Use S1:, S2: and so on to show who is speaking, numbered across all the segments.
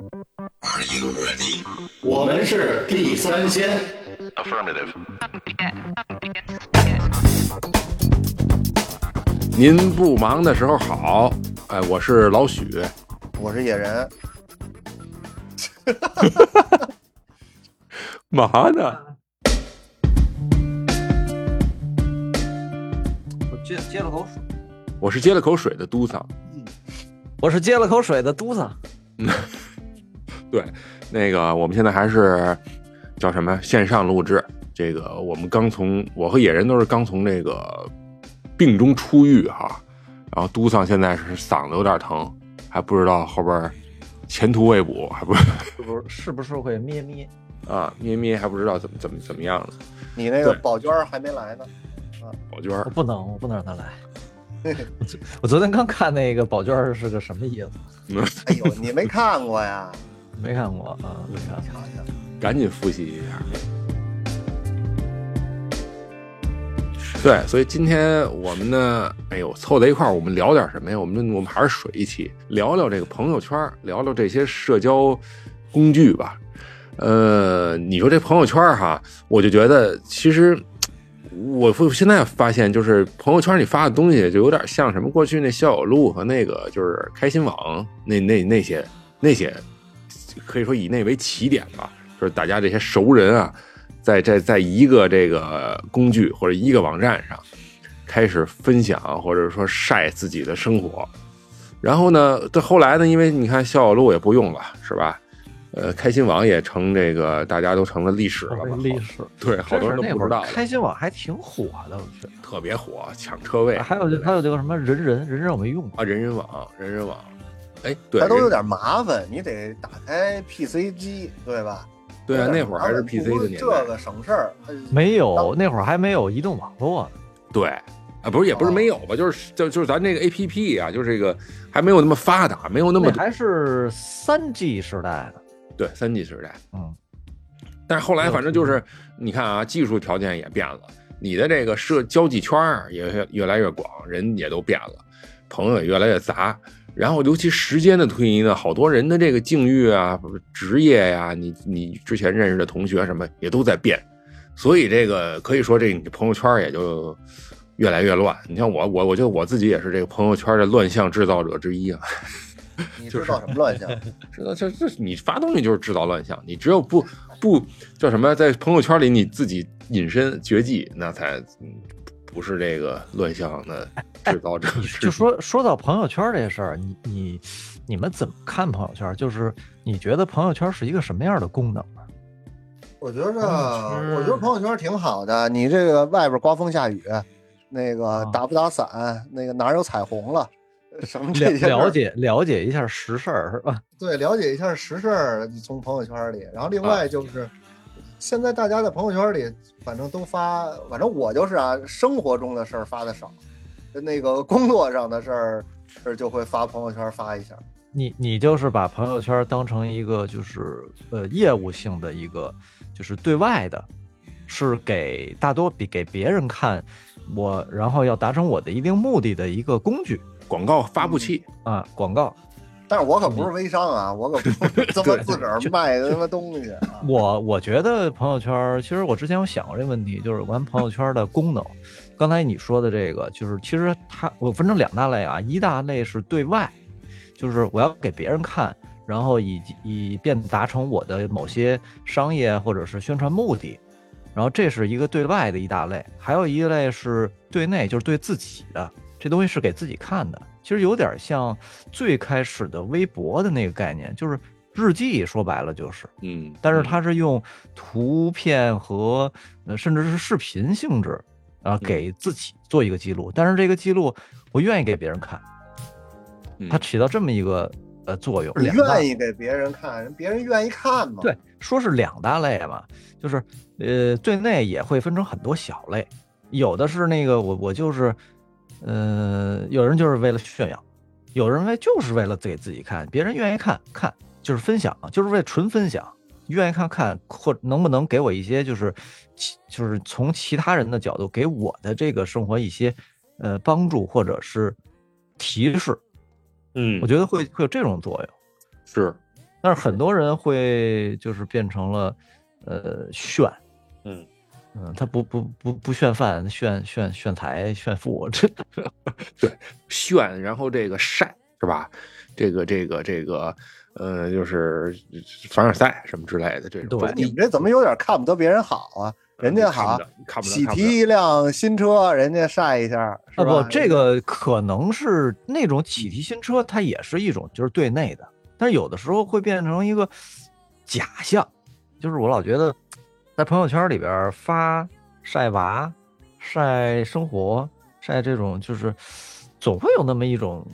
S1: Are you ready?
S2: 我们是地三鲜。
S1: Affirmative.
S3: 您不忙的时候好，哎，我是老许，
S4: 我是野人，
S3: 嘛呢？
S5: 我接接了口水，
S3: 我是接了口水的嘟桑。
S5: 我是接了口水的嘟子。
S3: 对，那个我们现在还是叫什么线上录制。这个我们刚从我和野人都是刚从这个病中出狱哈，然后嘟桑现在是嗓子有点疼，还不知道后边前途未卜，还不
S5: 是不是是不是会咩咩？
S3: 啊咩咩还不知道怎么怎么怎么样 呢。
S4: 你那个
S3: 对
S4: 宝娟儿还没来呢，
S3: 宝娟儿
S5: 哦我不能，我不能让 他来。我昨我昨天刚看那个宝娟儿是个什么意思？
S4: 哎 呦，你没看过呀？
S5: 没看过啊，
S3: 嗯
S5: 没看过。
S3: 赶紧复习一下。对，所以今天我们呢，哎呦，凑在一块儿，我们聊点什么呀？我们就我们还是水一期，聊聊这个朋友圈儿，聊聊这些社交工具吧。呃，你说这朋友圈儿哈，我就觉得其实我会现在发现，就是朋友圈里发的东西就有点像什么过去那校友录和那个就是开心网那那那些那些，可以说以那为起点吧，就是大家这些熟人啊，在在在一个这个工具或者一个网站上开始分享或者说晒自己的生活，然后呢，到后来呢，因为你看校友录也不用了，是吧？呃，开心网也成这个大家都成了历史了嘛，
S5: 历史，
S3: 对，好多人都
S5: 真是那
S3: 不
S5: 会
S3: 知
S5: 儿
S3: 道了。
S5: 开心网还挺火的，我觉得。
S3: 特别火，抢车位。
S5: 还有就还有这个什么人人人人我没用过，
S3: 啊，人人网，人人网，哎，对，
S4: 它都有
S3: 人
S4: 点麻烦，你得打开 PC 机，对吧？
S3: 对啊，
S4: 有
S3: 那
S4: 点
S3: 会儿还是
S4: 麻烦
S3: PC
S4: 不
S3: 的
S4: 过
S3: 年
S4: 这
S3: 代，
S4: 个省事儿。 呃
S3: 哦
S5: 没有那会儿还没有移动网络呢。
S3: 对。啊，不是，也不是
S4: 哦
S3: 没有吧，就是就就是咱这个 A P P 啊，就是这个还没有那么发达，没有那么
S5: 那
S3: 多
S5: 还是三 G 时代的，
S3: 对三 G 时代。
S5: 嗯，
S3: 但是后来反正就是，你看啊，技术条件也变了，你的这个社交际圈儿也越越来越广，人也都变了，朋友也越来越杂。然后，尤其时间的推移呢，好多人的这个境遇啊、职业呀、你你之前认识的同学什么也都在变，所以这个可以说这你朋友圈儿也就越来越乱。你像我，我我觉得我自己也是这个朋友圈儿的乱象制造者之一啊。
S4: 你知道什么乱象？
S3: 知道，这这你发东西就是制造乱象，你只有不不叫什么，在朋友圈里你自己隐身绝技，那才嗯不是这个乱象的制造者。
S5: 哎就说说到朋友圈这事儿，你你你们怎么看朋友圈？就是你觉得朋友圈是一个什么样的功能呢？
S4: 我觉着，
S5: 朋友圈
S4: 我觉得朋友圈挺好的。你这个外边刮风下雨，那个
S5: 啊
S4: 打不打伞，那个哪有彩虹了，什么
S5: 了
S4: 这些事儿
S5: 了解了解一下实事儿是吧？
S4: 对，了解一下时事儿，你从朋友圈里。然后
S3: 啊
S4: 另外就是，现在大家在朋友圈里，反正都发，反正我就是啊，生活中的事儿发的少，那个工作上的事儿，事儿就会发朋友圈发一下。
S5: 你你就是把朋友圈当成一个就是呃业务性的一个就是对外的，是给大多比给别人看我，然后要达成我的一定目的的一个工具
S3: 广告
S5: 嗯
S3: 发布器，
S5: 啊广告。
S4: 但是我可不是微商啊，我可不
S3: 嗯
S4: 是这么自个儿卖的他妈东西啊。
S5: 我我觉得朋友圈儿，其实我之前有想过这个问题，就是玩朋友圈儿的功能。刚才你说的这个，就是其实它我分成两大类啊，一大类是对外，就是我要给别人看，然后以以便达成我的某些商业或者是宣传目的，然后这是一个对外的一大类，还有一类是对内，就是对自己的，这东西是给自己看的。其实有点像最开始的微博的那个概念，就是日记，说白了就是。
S3: 嗯，
S5: 但是它是用图片和呃甚至是视频性质
S3: 嗯
S5: 啊给自己做一个记录，但是这个记录我愿意给别人看，
S3: 嗯
S5: 它起到这么一个呃作用。
S4: 你
S5: 两大
S4: 愿意给别人看，人别人愿意看嘛。，
S5: 对，说是两大类嘛，就是呃，对内也会分成很多小类，有的是那个我我就是，呃，有人就是为了炫耀，有人为就是为了给自己看，别人愿意看看就是分享，就是为纯分享，愿意看看或能不能给我一些就是其就是从其他人的角度给我的这个生活一些呃帮助或者是提示，
S3: 嗯
S5: 我觉得会会有这种作用。
S3: 是
S5: 但是很多人会就是变成了呃炫，
S6: 嗯
S5: 嗯，他不不不不炫饭，炫炫炫财炫富，这
S3: 炫，然后这个晒是吧？这个这个这个，呃，就是凡尔赛什么之类的这种。
S5: 对
S4: 你们这怎么有点看不得别人好啊？人家好，
S3: 嗯看不得，看不得
S4: 喜提一辆新车，人家晒一下，是
S5: 啊
S4: 吧？
S5: 不，这个可能是那种启提新车，它也是一种就是对内的，但是有的时候会变成一个假象，就是我老觉得在朋友圈里边发晒娃、晒生活、晒这种，就是总会有那么一种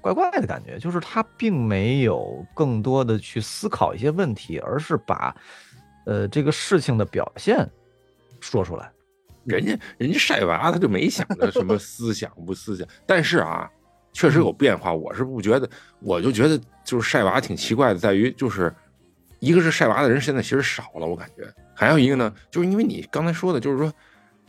S5: 怪怪的感觉，就是他并没有更多的去思考一些问题，而是把呃这个事情的表现说出来。
S3: 人家人家晒娃，他就没想着什么思想不思想。但是啊，确实有变化。我是不觉得，我就觉得就是晒娃挺奇怪的，在于就是一个是晒娃的人现在其实少了，我感觉还有一个呢，就是因为你刚才说的，就是说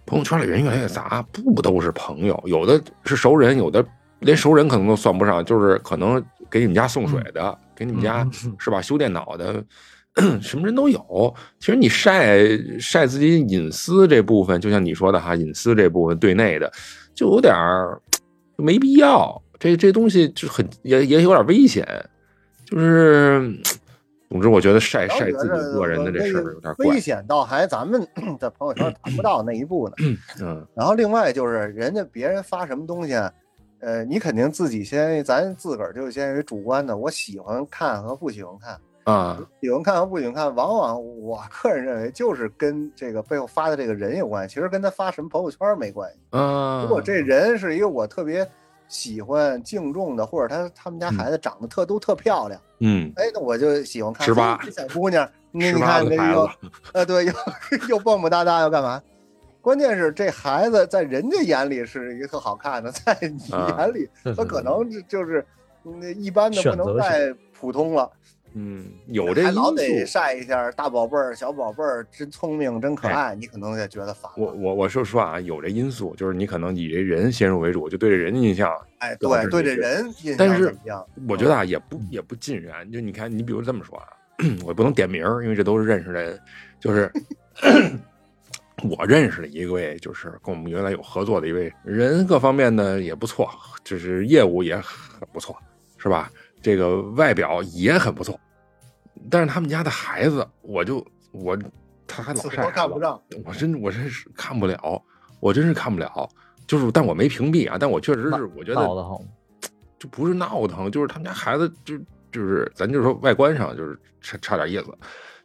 S3: 朋友圈里人越来越杂，不都是朋友，有的是熟人，有的连熟人可能都算不上，就是可能给你们家送水的，给你们家、是吧？修电脑的， 什么人都有。其实你晒晒自己隐私这部分，就像你说的哈，隐私这部分对内的，就有点儿没必要。这这东西就很也也有点危险，就是总之，我觉得晒
S4: 老
S3: 晒
S4: 觉
S3: 自己
S4: 着
S3: 个人的这事
S4: 危
S3: 儿有点怪
S4: 危。险倒还咱们 在朋友圈谈不到那一步呢。
S3: 嗯，
S4: 然后另外就是人家别人发什么东西啊，呃，你肯定自己先，咱自个儿就先有主观的，我喜欢看和不喜欢看，
S3: 啊，
S4: 喜欢看和不喜欢看，往往我个人认为就是跟这个背后发的这个人有关系，其实跟他发什么朋友圈没关系。
S3: 啊，
S4: 如果这人是一个我特别喜欢敬重的，或者他他们家孩子长得特都特漂亮，
S3: 嗯，
S4: 哎，那我就喜欢看
S3: 十八
S4: 哎这小姑娘，你
S3: 十
S4: 你
S3: 八
S4: 看
S3: 的
S4: 这
S3: 孩
S4: 又
S3: 子，
S4: 呃，对，又 又蹦蹦哒哒又干嘛？关键是这孩子在人家眼里是一个特好看的，在你
S3: 啊
S4: 眼里，
S5: 对
S4: 他可能就就是嗯一般的
S5: 选择
S4: 不能再普通了，
S3: 嗯，有这
S4: 还
S3: 因
S4: 老得
S3: 素。
S4: 晒一下大宝贝儿、小宝贝儿，真聪明，真可爱，你可能也觉得烦
S3: 哎我
S4: 了。
S3: 我我说实话啊，有这因素，就是你可能以这人先入为主，就对这人印象
S4: 哎，
S3: 我
S4: 对
S3: 是
S4: 对，
S3: 这
S4: 这人印
S3: 但
S4: 象
S3: 是
S4: 怎么样？
S3: 我觉得啊，也不也不尽然。就你看，你比如这么说啊，我也不能点名儿，因为这都是认识的人。就是 我认识的一位，就是跟我们原来有合作的一位人，各方面呢也不错，就是业务也很不错，是吧？这个外表也很不错，但是他们家的孩子，我就我他还老
S4: 死
S3: 晒
S4: 活
S3: 孩
S4: 看
S3: 子
S4: 不，上，
S3: 我真我真是看不了，我真是看不了。就是，但我没屏蔽啊，但我确实是，我觉得
S5: 闹得慌。
S3: 就不是闹腾，就是他们家孩子就就是咱就说外观上就是差差点意思，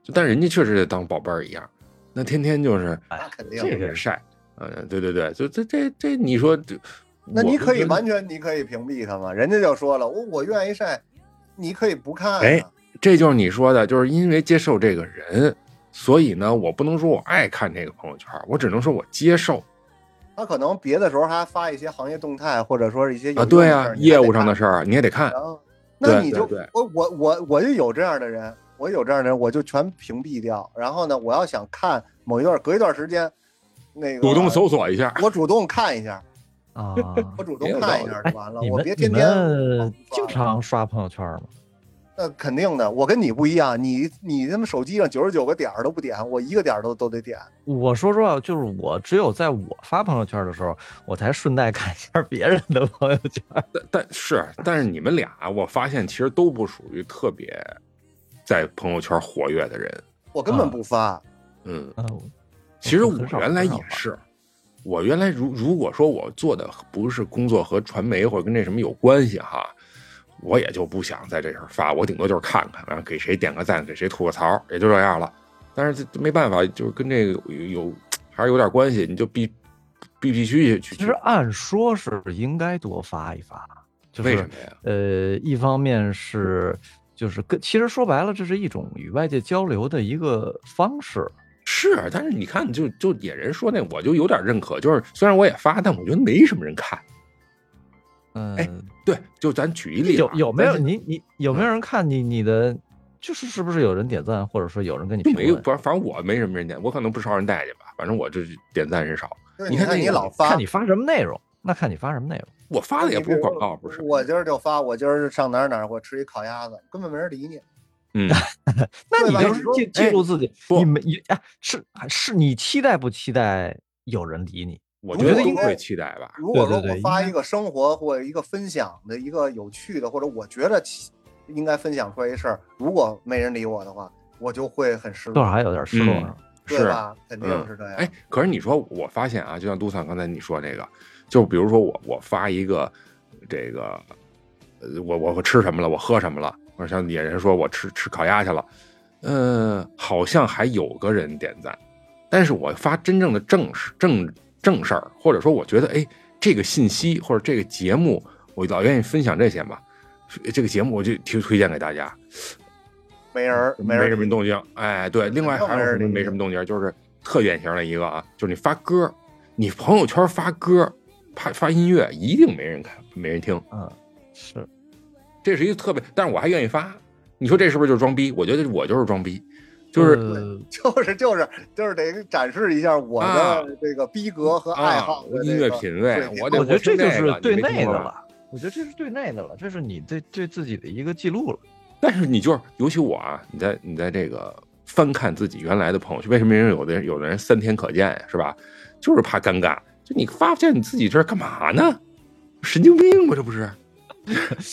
S3: 就但人家确实得当宝贝儿一样，那天天就是
S4: 那肯定。
S3: 哎这个晒，嗯，对对对，就这这这你说这，
S4: 那你可以
S3: 完
S4: 完全，你可以屏蔽他嘛？人家就说了，我我愿意晒，你可以不看、啊。
S3: 哎这就是你说的，就是因为接受这个人，所以呢，我不能说我爱看这个朋友圈，我只能说我接受
S4: 他可能别的时候还发一些行业动态，或者说是一些有
S3: 啊，
S4: 用的
S3: 对
S4: 事
S3: 啊
S4: 儿，
S3: 业务上的
S4: 事。
S3: 事儿你也得看，
S4: 然后，那
S3: 对
S4: 你
S3: 对
S4: 就
S3: 对
S4: 我我我我就有这样的人，我有这样的人，我就全屏蔽掉。然后呢，我要想看某一段，隔一段时间，那个
S3: 主动，搜索一下，
S4: 我主动看一下，
S5: 啊，
S4: 我主动
S3: 也有
S4: 看
S3: 道
S4: 一
S3: 理
S4: 下
S5: 哎
S4: 就完了，
S5: 你
S4: 我
S5: 们
S4: 别
S5: 你
S4: 天天
S5: 们
S4: 狂
S5: 经
S4: 刷
S5: 常刷朋友圈吗？
S4: 那肯定的，我跟你不一样，你你他妈手机上九十九个点儿都不点，我一个点儿都都得点。
S5: 我说实话，就是我只有在我发朋友圈的时候，我才顺带看一下别人的朋友圈。
S3: 但但是，但是你们俩，我发现其实都不属于特别在朋友圈活跃的人。
S4: 我根
S3: 啊
S4: 本不发，
S3: 嗯，
S5: 嗯，
S3: 其实
S5: 我
S3: 我
S5: 很少
S3: 原来
S5: 很少
S3: 也是，我原来如如果说我做的不是工作和传媒或者跟这什么有关系哈，我也就不想在这上发，我顶多就是看看，然后给谁点个赞，给谁吐个槽，也就这样了。但是这这没办法，就是跟这个有有还是有点关系，你就必必必须去
S5: 其
S3: 去
S5: 实。按说是应该多发一发，就是
S3: 为什么呀？
S5: 呃，一方面是就是跟其实说白了，这是一种与外界交流的一个方式。
S3: 是，啊但是你看就，就野人说那，我就有点认可。就是虽然我也发，但我觉得没什么人看。
S5: 嗯，
S3: 哎对，就咱举一例子
S5: 有
S3: 啊，
S5: 有没有
S3: 咱
S5: 你你有
S3: 嗯
S5: 没有人看你你的？就是是不是有人点赞，或者说有人跟你
S3: 就
S5: 评
S3: 没有，
S5: 论？
S3: 反反正我没什么人点，我可能不招人待见吧。反正我这点赞是少，
S4: 就是
S3: 你
S4: 你
S3: 看这
S4: 你
S3: 个
S4: 老发
S5: 看，你发什么内容，那看你发什么内容。
S3: 我发的也不是广告，不是？
S4: 我今儿就发，我今儿上哪儿哪儿，我吃一烤鸭子，根本没人理你。
S3: 嗯，
S5: 那
S4: 对
S5: 你
S4: 吧
S5: 就
S4: 有
S5: 是
S4: 时候
S5: 记
S3: 哎
S5: 记住自己，
S3: 不
S5: 你没你哎，是还是你期待不期待有人理你？
S3: 我
S4: 如
S3: 觉得
S4: 果
S3: 都
S4: 应该
S3: 会期待吧。
S4: 如果
S5: 对
S4: 说
S5: 对
S4: 我
S5: 对
S4: 发
S5: 应该
S4: 一个生活或一个分享的一个有趣的，或者我觉得其应该分享出来一事儿，如果没人理我的话，我就会很失
S5: 多少
S4: 落，
S5: 还有点失落
S3: 嗯
S5: 呢。
S4: 对
S3: 是
S4: 吧？肯定
S3: 嗯
S4: 是这样。
S3: 哎，可是你说，我发现啊，就像杜桑刚才你说这个，就比如说我我发一个这个，呃，我我我吃什么了，我喝什么了，或者像野人说我吃吃烤鸭去了，嗯、好像还有个人点赞，但是我发真正的正事正正事儿，或者说我觉得哎，这个信息或者这个节目，我老愿意分享这些嘛，这个节目我就推推荐给大家，
S4: 没
S5: 嗯
S4: 人儿，
S3: 没
S4: 人
S3: 什么
S4: 理
S3: 动静。哎，对，另外
S4: 肯定
S3: 还有
S4: 没人
S3: 什么
S4: 理
S3: 没什么动静，就是特典型的一个啊，就是你发歌，你朋友圈发歌，发发音乐，一定没人看，没人听，
S5: 嗯，是
S3: 这是一个特别，但是我还愿意发，你说这是不是就是装逼？我觉得我就是装逼，就是
S5: 呃
S4: 就是就是就是得展示一下我
S3: 啊
S4: 的这个逼格和爱
S3: 啊
S4: 好的，
S3: 音
S4: 这
S3: 乐
S4: 个
S3: 品
S4: 水
S3: 味，
S4: 平
S3: 我
S5: 我
S3: 得听
S5: 觉得这就
S3: 这个
S5: 是对
S3: 你没
S5: 内
S3: 听
S5: 的
S3: 过吧
S5: 了。我觉得这是对内的了，这是你对对自己的一个记录了。
S3: 但是你就是，尤其我啊，你在你在这个翻看自己原来的朋友圈，为什么人有的人有的人三天可见呀，是吧？就是怕尴尬，就你发现你自己这儿干嘛呢？神经病吧，这不是？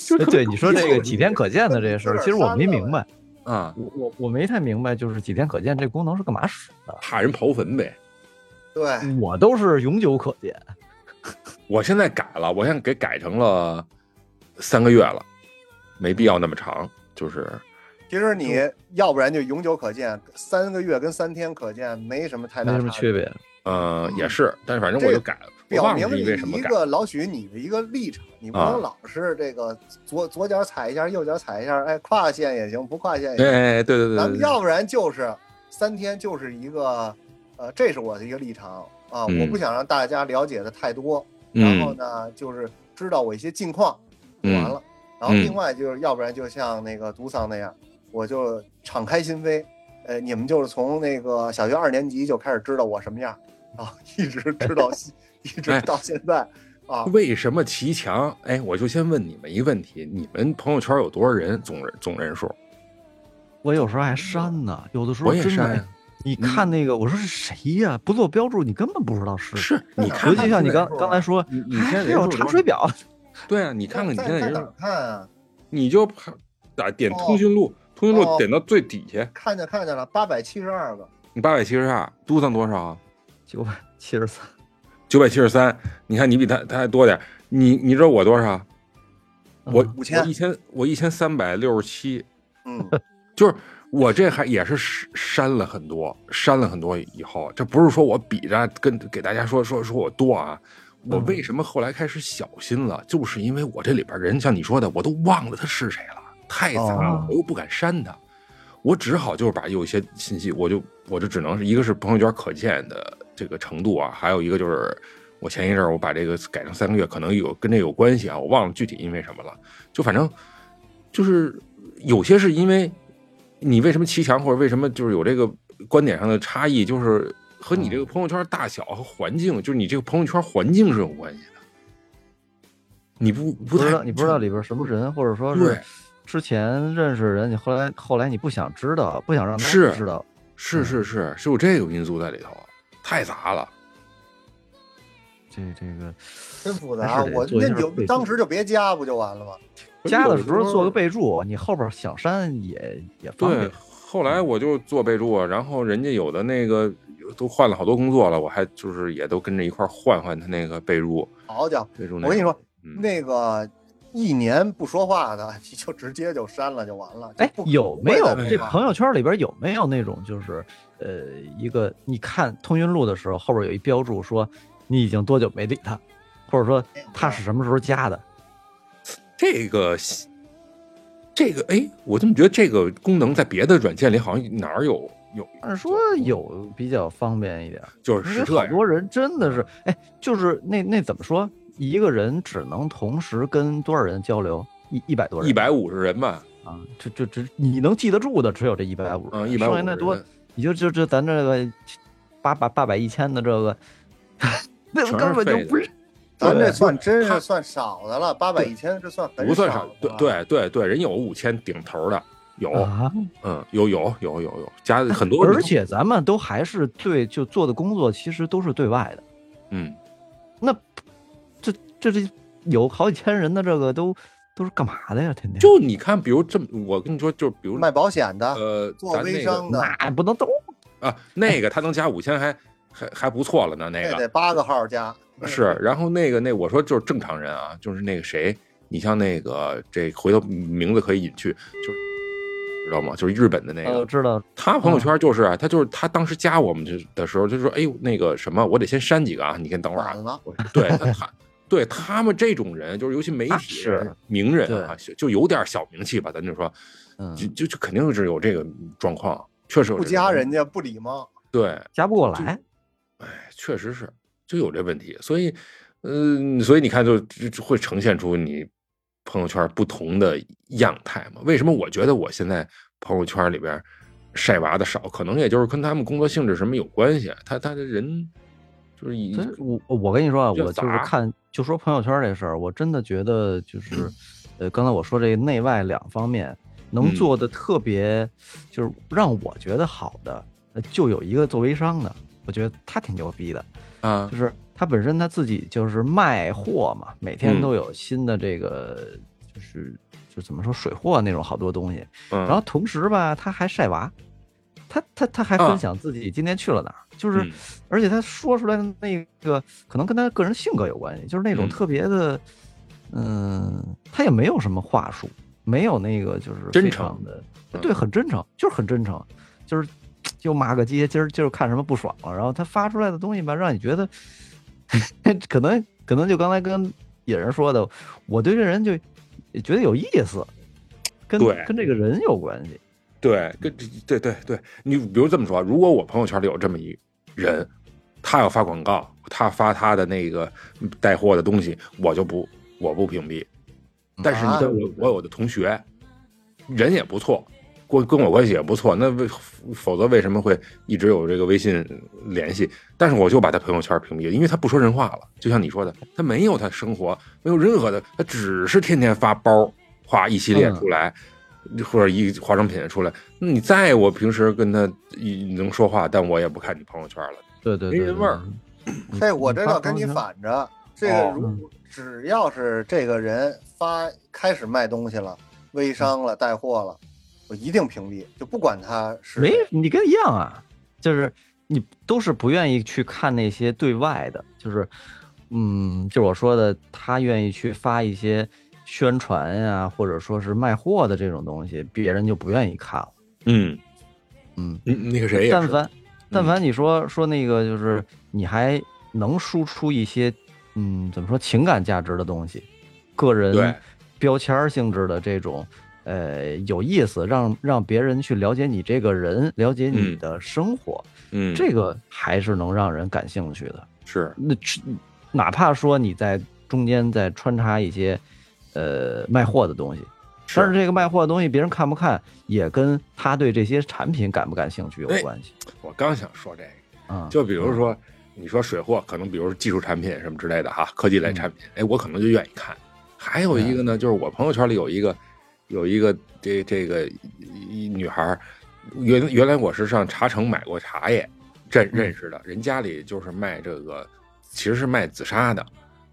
S3: 就
S5: 哎
S3: 特别
S5: 对你说这
S3: 搞笑
S5: 个几天可见的这事儿，其实我没明白，
S3: 啊，
S5: 我我我没太明白，就是几天可见这功能是干嘛使的？
S3: 怕人刨坟呗。
S4: 对，
S3: 嗯
S5: 我都是永久可见，
S3: 我现在改了，我现在给改成了三个月了，没必要那么长，就是
S4: 其实你要不然就永久可见，三个月跟三天可见没什么太
S5: 没
S4: 大
S5: 什么
S4: 差
S5: 区别。
S3: 呃也是，但是反正我就改了，我
S4: 表
S3: 忘
S4: 明
S3: 了是
S4: 你
S3: 因为什么
S4: 一
S3: 改。
S4: 个老许你的一个立场，你不
S3: 啊
S4: 能老是这个左左脚踩一下，右脚踩一下，哎，跨线也行，不跨线也行。
S3: 哎，对对对
S4: 咱
S3: 对
S4: 们
S3: 对，
S4: 要不然就是三天就是一个，呃，这是我的一个立场啊，
S3: 嗯
S4: 我不想让大家了解的太多，然后
S3: 嗯
S4: 呢，就是知道我一些近况，就完
S3: 嗯
S4: 了。然后
S3: 嗯
S4: 另外就是，要不然就像那个独桑那样，我就敞开心扉，呃，你们就是从那个小学二年级就开始知道我什么样，然后 一直知道，一直到现在啊，
S3: 为什么骑墙？哎，我就先问你们一个问题：你们朋友圈有多少人总人总人数？
S5: 我有时候还删呢，有的时候
S3: 我也
S5: 真的。
S3: 删
S5: 哎
S3: 呀，
S5: 你看那个，我说是谁呀？不做标注，你根本不知道是谁。
S3: 是你
S4: 哪
S3: 看
S5: 尤
S4: 儿
S3: 看
S5: 其像你刚
S4: 看人数啊
S5: 刚才说，
S3: 你你现
S5: 哎
S3: 在
S5: 还
S3: 人数
S5: 有
S3: 有多
S5: 查
S3: 少
S5: 水表，
S3: 对啊，你看看你现在
S4: 在
S3: 人
S4: 哪
S3: 数
S4: 儿，看啊？
S3: 你就怕打点通讯录，通讯录
S4: 哦
S3: 点到最底下，
S4: 看见看见了，八百七十二个，
S3: 你八百七十二，嘟上多少啊？
S5: 九 百七十三，
S3: 九百七十三，你看你比他他还多点儿，你你知道我多少？我
S5: 嗯
S4: 五千
S3: 我一千我一千三百六十七，
S4: 嗯，
S3: 就是我这还也是删删了很多，删了很多以后，啊这不是说我比着跟给大家说说说我多啊，我
S5: 嗯
S3: 为什么后来开始小心了，就是因为我这里边人像你说的，我都忘了他是谁了，太杂了
S5: 哦，
S3: 我又不敢删他。我只好就是把有一些信息，我就我就只能是一个是朋友圈可见的这个程度啊，还有一个就是我前一阵儿我把这个改成三个月，可能有跟这有关系啊，我忘了具体因为什么了。就反正就是有些是因为你为什么骑墙，或者为什么就是有这个观点上的差异，就是和你这
S5: 嗯
S3: 个朋友圈大小和环境，就是你这个朋友圈环境是有关系的。你不不
S5: 不知
S3: 太
S5: 道你不知道里边什么人，或者说
S3: 对
S5: 是之前认识人，你后来后来你不想知道，不想让他
S3: 是
S5: 知道，
S3: 是
S5: 嗯
S3: 是是是有这个因素在里头，太杂了。
S5: 这这个
S4: 真复
S5: 还
S4: 杂。
S5: 是得
S4: 我
S5: 做一
S4: 那
S5: 下
S4: 你就
S5: 备注
S4: 当时就别加不就完了吗？
S5: 加的时
S3: 有
S5: 候做个
S3: 候
S5: 备注，你后边想删也也方
S3: 对
S5: 便。，
S3: 后来
S5: 嗯
S3: 我就做备注，啊，然后人家有的那个都换了好多工作了，我还就是也都跟着一块儿换换他那个备注，
S4: 好家伙，
S3: 备注那个。
S4: 我跟你说，
S3: 嗯，
S4: 那个一年不说话的， 你就直接就删了就完了。就
S5: 哎
S4: 不，可
S5: 有没有
S4: 不会再
S5: 这
S4: 说话
S5: 朋友圈里边有没有那种就是呃一个你看通讯录的时候，后边有一标注说你已经多久没理他，或者说他是什么时候加的？
S3: 这个西，这个，哎，我怎么觉得这个功能在别的软件里好像哪儿有有？
S5: 按说有比较方便一点，
S3: 就是
S5: 因为
S3: 实
S5: 好
S3: 测
S5: 多人真的是哎，就是那那怎么说，一个人只能同时跟多少人交流？一一百多人，
S3: 一百五十人吧，
S5: 啊，就就只你能记得住的只有这一百五，
S3: 嗯，一百五
S5: 剩下
S3: 十
S5: 那多
S3: 人，
S5: 你就就就咱这个八百八百一千的这个， 那
S3: 全
S5: 根
S3: 是
S5: 本就
S3: 废
S5: 不
S3: 的
S5: 是
S4: 咱这
S5: 对
S4: 啊算真
S3: 他
S4: 是算少的了，八百一千这算很
S3: 不算
S4: 少
S3: 少
S4: 的，
S3: 对
S4: 了，
S3: 对对对，人有五千顶头的，有，
S5: 啊，哎
S3: 嗯，有有有有有，加很多，
S5: 而且咱们都还是对就做的工作其实都是对外的，
S3: 嗯，
S5: 这这这有好几千人的这个都都是干嘛的呀？天天
S3: 就你看，比如这么，我跟你说，就比如
S4: 卖保险的，
S3: 呃，
S4: 做
S3: 咱那个
S4: 微商的，
S5: 哎不能都
S3: 啊，那个他能加五千，还还还不错了呢，那
S4: 那
S3: 个
S4: 得八个号加。
S3: 是，然后那个那我说就是正常人啊，就是那个谁，你像那个这回头名字可以隐去，就是知道吗？就是日本的那
S5: 呃
S4: 哦
S3: 个，
S5: 知道
S3: 他朋友圈就是啊，他就是他当时加我们这的时候，他就说哎呦那个什么，我得先删几个啊，你先等会儿啊
S4: 晚，了，
S3: 对那他。对他们这种人，就是尤其媒
S5: 啊
S3: 体
S5: 是
S3: 人名人啊，就就有点小名气吧，咱就说，
S5: 嗯
S3: 就就就肯定是有这个状况，确实有
S4: 不
S3: 这个
S4: 加
S3: 问
S4: 人家不礼貌。
S3: 对，
S5: 加不过来，
S3: 哎确实是就有这问题，所以，嗯、所以你看就，就就会呈现出你朋友圈不同的样态嘛。为什么我觉得我现在朋友圈里边晒娃的少，可能也就是跟他们工作性质什么有关系。啊他他的人就是以
S5: 真是我我跟你说啊，
S3: 就
S5: 我就是
S3: 砸
S5: 看就说朋友圈这事儿，我真的觉得就是，呃，刚才我说这内外两方面能
S3: 嗯
S5: 做的特别，就是让我觉得好的，呃就有一个做微商的，我觉得他挺牛逼的，
S3: 啊
S5: 就是他本身他自己就是卖货嘛，每天
S3: 嗯
S5: 都有新的这个就是就怎么说水货那种好多东西，
S3: 嗯，
S5: 然后同时吧他还晒娃，他他他还
S3: 啊
S5: 分享自己今天去了哪儿，就是。
S3: 嗯
S5: 而且他说出来的那个可能跟他个人性格有关系，就是那种
S3: 嗯
S5: 特别的，嗯、他也没有什么话术，没有那个就是
S3: 真
S5: 非常
S3: 诚
S5: 的，
S3: 嗯
S5: 对，很真诚，就是很真诚，就是就骂个街，今儿今儿看什么不爽了，然后他发出来的东西吧，让你觉得 可能可能就刚才跟野人说的，我对这人就觉得有意思，跟
S3: 对
S5: 跟这个人有关系，
S3: 对，跟对对对，你比如这么说，啊如果我朋友圈里有这么一人，他要发广告，他发他的那个带货的东西，我就不我不屏蔽。但是你
S4: 啊
S3: 看我我有的同学，人也不错，跟跟我关系也不错，那为否则为什么会一直有这个微信联系？但是我就把他朋友圈屏蔽了，因为他不说人话了。就像你说的，他没有他生活，没有任何的，他只是天天发包，画一系列
S5: 嗯
S3: 出来，或者一化妆品出来。那你再我平时跟他一能说话，但我也不看你朋友圈了。
S5: 对对
S3: 没
S5: 对，
S3: 人味儿
S5: 对。
S3: 嗯
S5: 对
S4: 这哎我这
S5: 嗯发哦嗯
S4: 倒跟你
S5: 朋友圈
S4: 反着，这个如只要是这个人发开始卖东西了、微商了、带货了，我一定屏蔽，就不管他是
S5: 没，你跟一样啊，就是你都是不愿意去看那些对外的，就是，嗯，就是我说的，他愿意去发一些宣传呀、或者说是卖货的这种东西，别人就不愿意看了。
S3: 嗯
S5: 嗯，
S3: 嗯，那个谁也
S5: 但
S3: 是，嗯
S5: 凡但凡你说说那个，就是你还能输出一些，嗯，怎么说情感价值的东西，个
S3: 对
S5: 人标签儿性质的这种，呃，有意思，让让别人去了解你这个人，了解你
S3: 嗯
S5: 的生活，
S3: 嗯，
S5: 这个还是能让人感兴趣的。
S3: 是
S5: 那吃哪怕说你在中间再穿插一些，呃，卖货的东西。但是这个卖货的东西，别人看不看，也跟他对这些产品感不感兴趣有
S3: 哎
S5: 关系
S3: 我刚想说这个。
S5: 啊。
S3: 就比如说，你说水货，可能比如说技术产品什么之类的哈，科技类产品，哎，我可能就愿意看。还有一个呢，就是我朋友圈里有一个，有一个这这个一一女孩儿，原原来我是上茶城买过茶叶，认认识的，人家里就是卖这个，其实是卖紫砂的，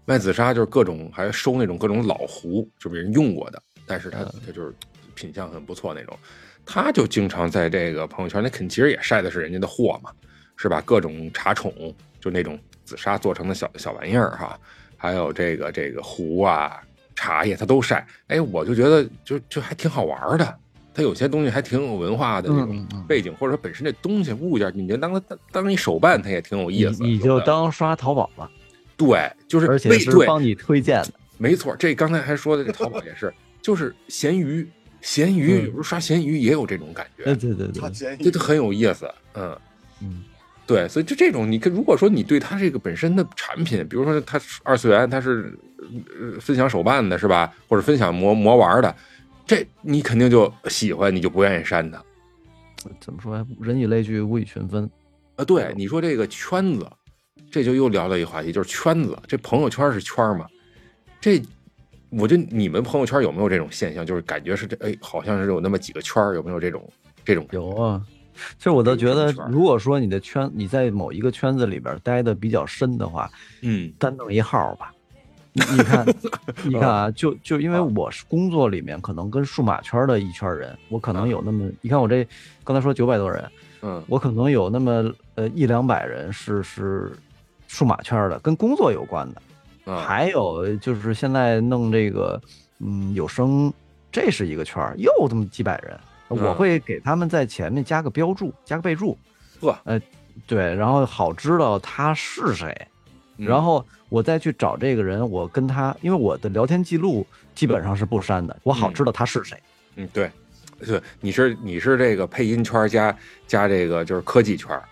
S3: 卖紫砂就是各种还收那种各种老壶，就别人用过的，但是
S5: 嗯
S3: 他他就是品相很不错那种，他就经常在这个朋友圈，那肯其实也晒的是人家的货嘛，是吧？各种茶宠，就那种紫砂做成的小小玩意儿哈，还有这个这个壶啊、茶叶，他都晒。哎，我就觉得就就还挺好玩儿的，他有些东西还挺有文化的那种
S5: 嗯嗯嗯
S3: 背景，或者说本身这东西物件，你就当它当当一手办，它也挺有意思。
S5: 你你
S3: 有
S5: 就
S3: 的
S5: 当刷淘宝吧，
S3: 对，就是
S5: 而且
S3: 为
S5: 是
S3: 对
S5: 帮你推荐的。
S3: 没错，这刚才还说的这淘宝也是，就是闲鱼，闲鱼有时候刷闲鱼也有这种感
S5: 对
S3: 觉，
S5: 对对
S4: 他
S5: 对，
S4: 建
S3: 这
S4: 议
S3: 都很有意思。嗯，
S5: 嗯，
S3: 对，所以就这种，你看，如果说你对它这个本身的产品，比如说它是二次元，它是呃分享手办的是吧，或者分享魔魔玩的，这你肯定就喜欢，你就不愿意删它。
S5: 怎么说呀？人以类聚，物以群分。
S3: 啊，对，你说这个圈子，这就又聊到一个话题，就是圈子。这朋友圈是圈儿吗？这我觉得你们朋友圈有没有这种现象？就是感觉是这，哎，好像是有那么几个圈儿，有没有这种这种？
S5: 有啊，其实我倒觉得
S3: 圈，儿
S5: 如果说你的圈你在某一个圈子里边待的比较深的话，
S3: 嗯
S5: 单弄一号吧。你你 看，你看啊，就就因为我是工作里面可能跟数码圈的一圈人，我可能有那么，你看我这刚才说九百多人，
S3: 嗯
S5: 我可能有那么呃一两百人是是数码圈的，跟工作有关的，
S3: 啊，
S5: 还有就是现在弄这个，嗯，有声，这是一个圈儿，又这么几百人，我
S3: 嗯
S5: 会给他们在前面加个标注，加个备注，
S3: 呵，
S5: 对，然后好知道他是谁，
S3: 嗯
S5: 然后我再去找这个人，我跟他，因为我的聊天记录基本上是不删的，我好知道他是谁。
S3: 嗯对，是你是你是这个配音圈儿加加这个就是科技圈儿，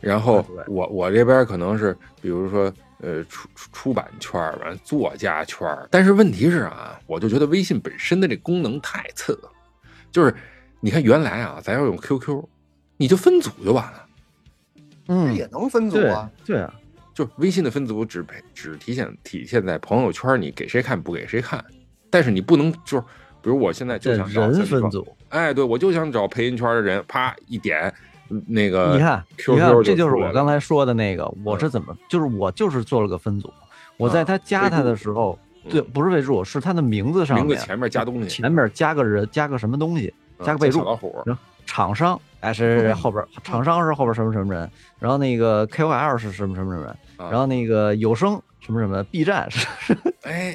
S3: 然后
S5: 对
S3: 我我这边可能是比如说呃出出出版圈儿完了作家圈儿，但是问题是啊，我就觉得微信本身的这功能太次了，就是你看原来啊，咱要用 QQ，你就分组就完了。
S4: 这
S5: 嗯
S4: 也，能分组
S5: 对
S4: 啊。
S5: 对啊，
S3: 就是微信的分组只配只体现体现在朋友圈，你给谁看不给谁看，但是你不能就是，比如我现在就
S5: 这
S3: 想找
S5: 人分
S3: 三个，
S5: 组，
S3: 哎，对我就想找配音圈的人，啪一点，嗯那个
S5: 你看，
S3: QQ
S5: 你看，这
S3: 呃就
S5: 就是
S3: 出来
S5: 我
S3: 了嗯
S5: 刚才说的那个，我是怎么，就是我就是做了个分组，我在他加他的时候，
S3: 啊备注嗯
S5: 对，不是备注，是他的名字上
S3: 名
S5: 面，
S3: 字前面加东西，
S5: 前面加个人，加个什么东西，
S3: 嗯
S5: 加个备注
S3: 小老虎，
S5: 厂商，哎是
S3: 嗯
S5: 是是后边儿厂商是后边儿什么什么人，然后那个 KOL 是什么什么什么人，
S3: 啊
S5: 然后那个有声什么什么，B 站是，
S3: 哎，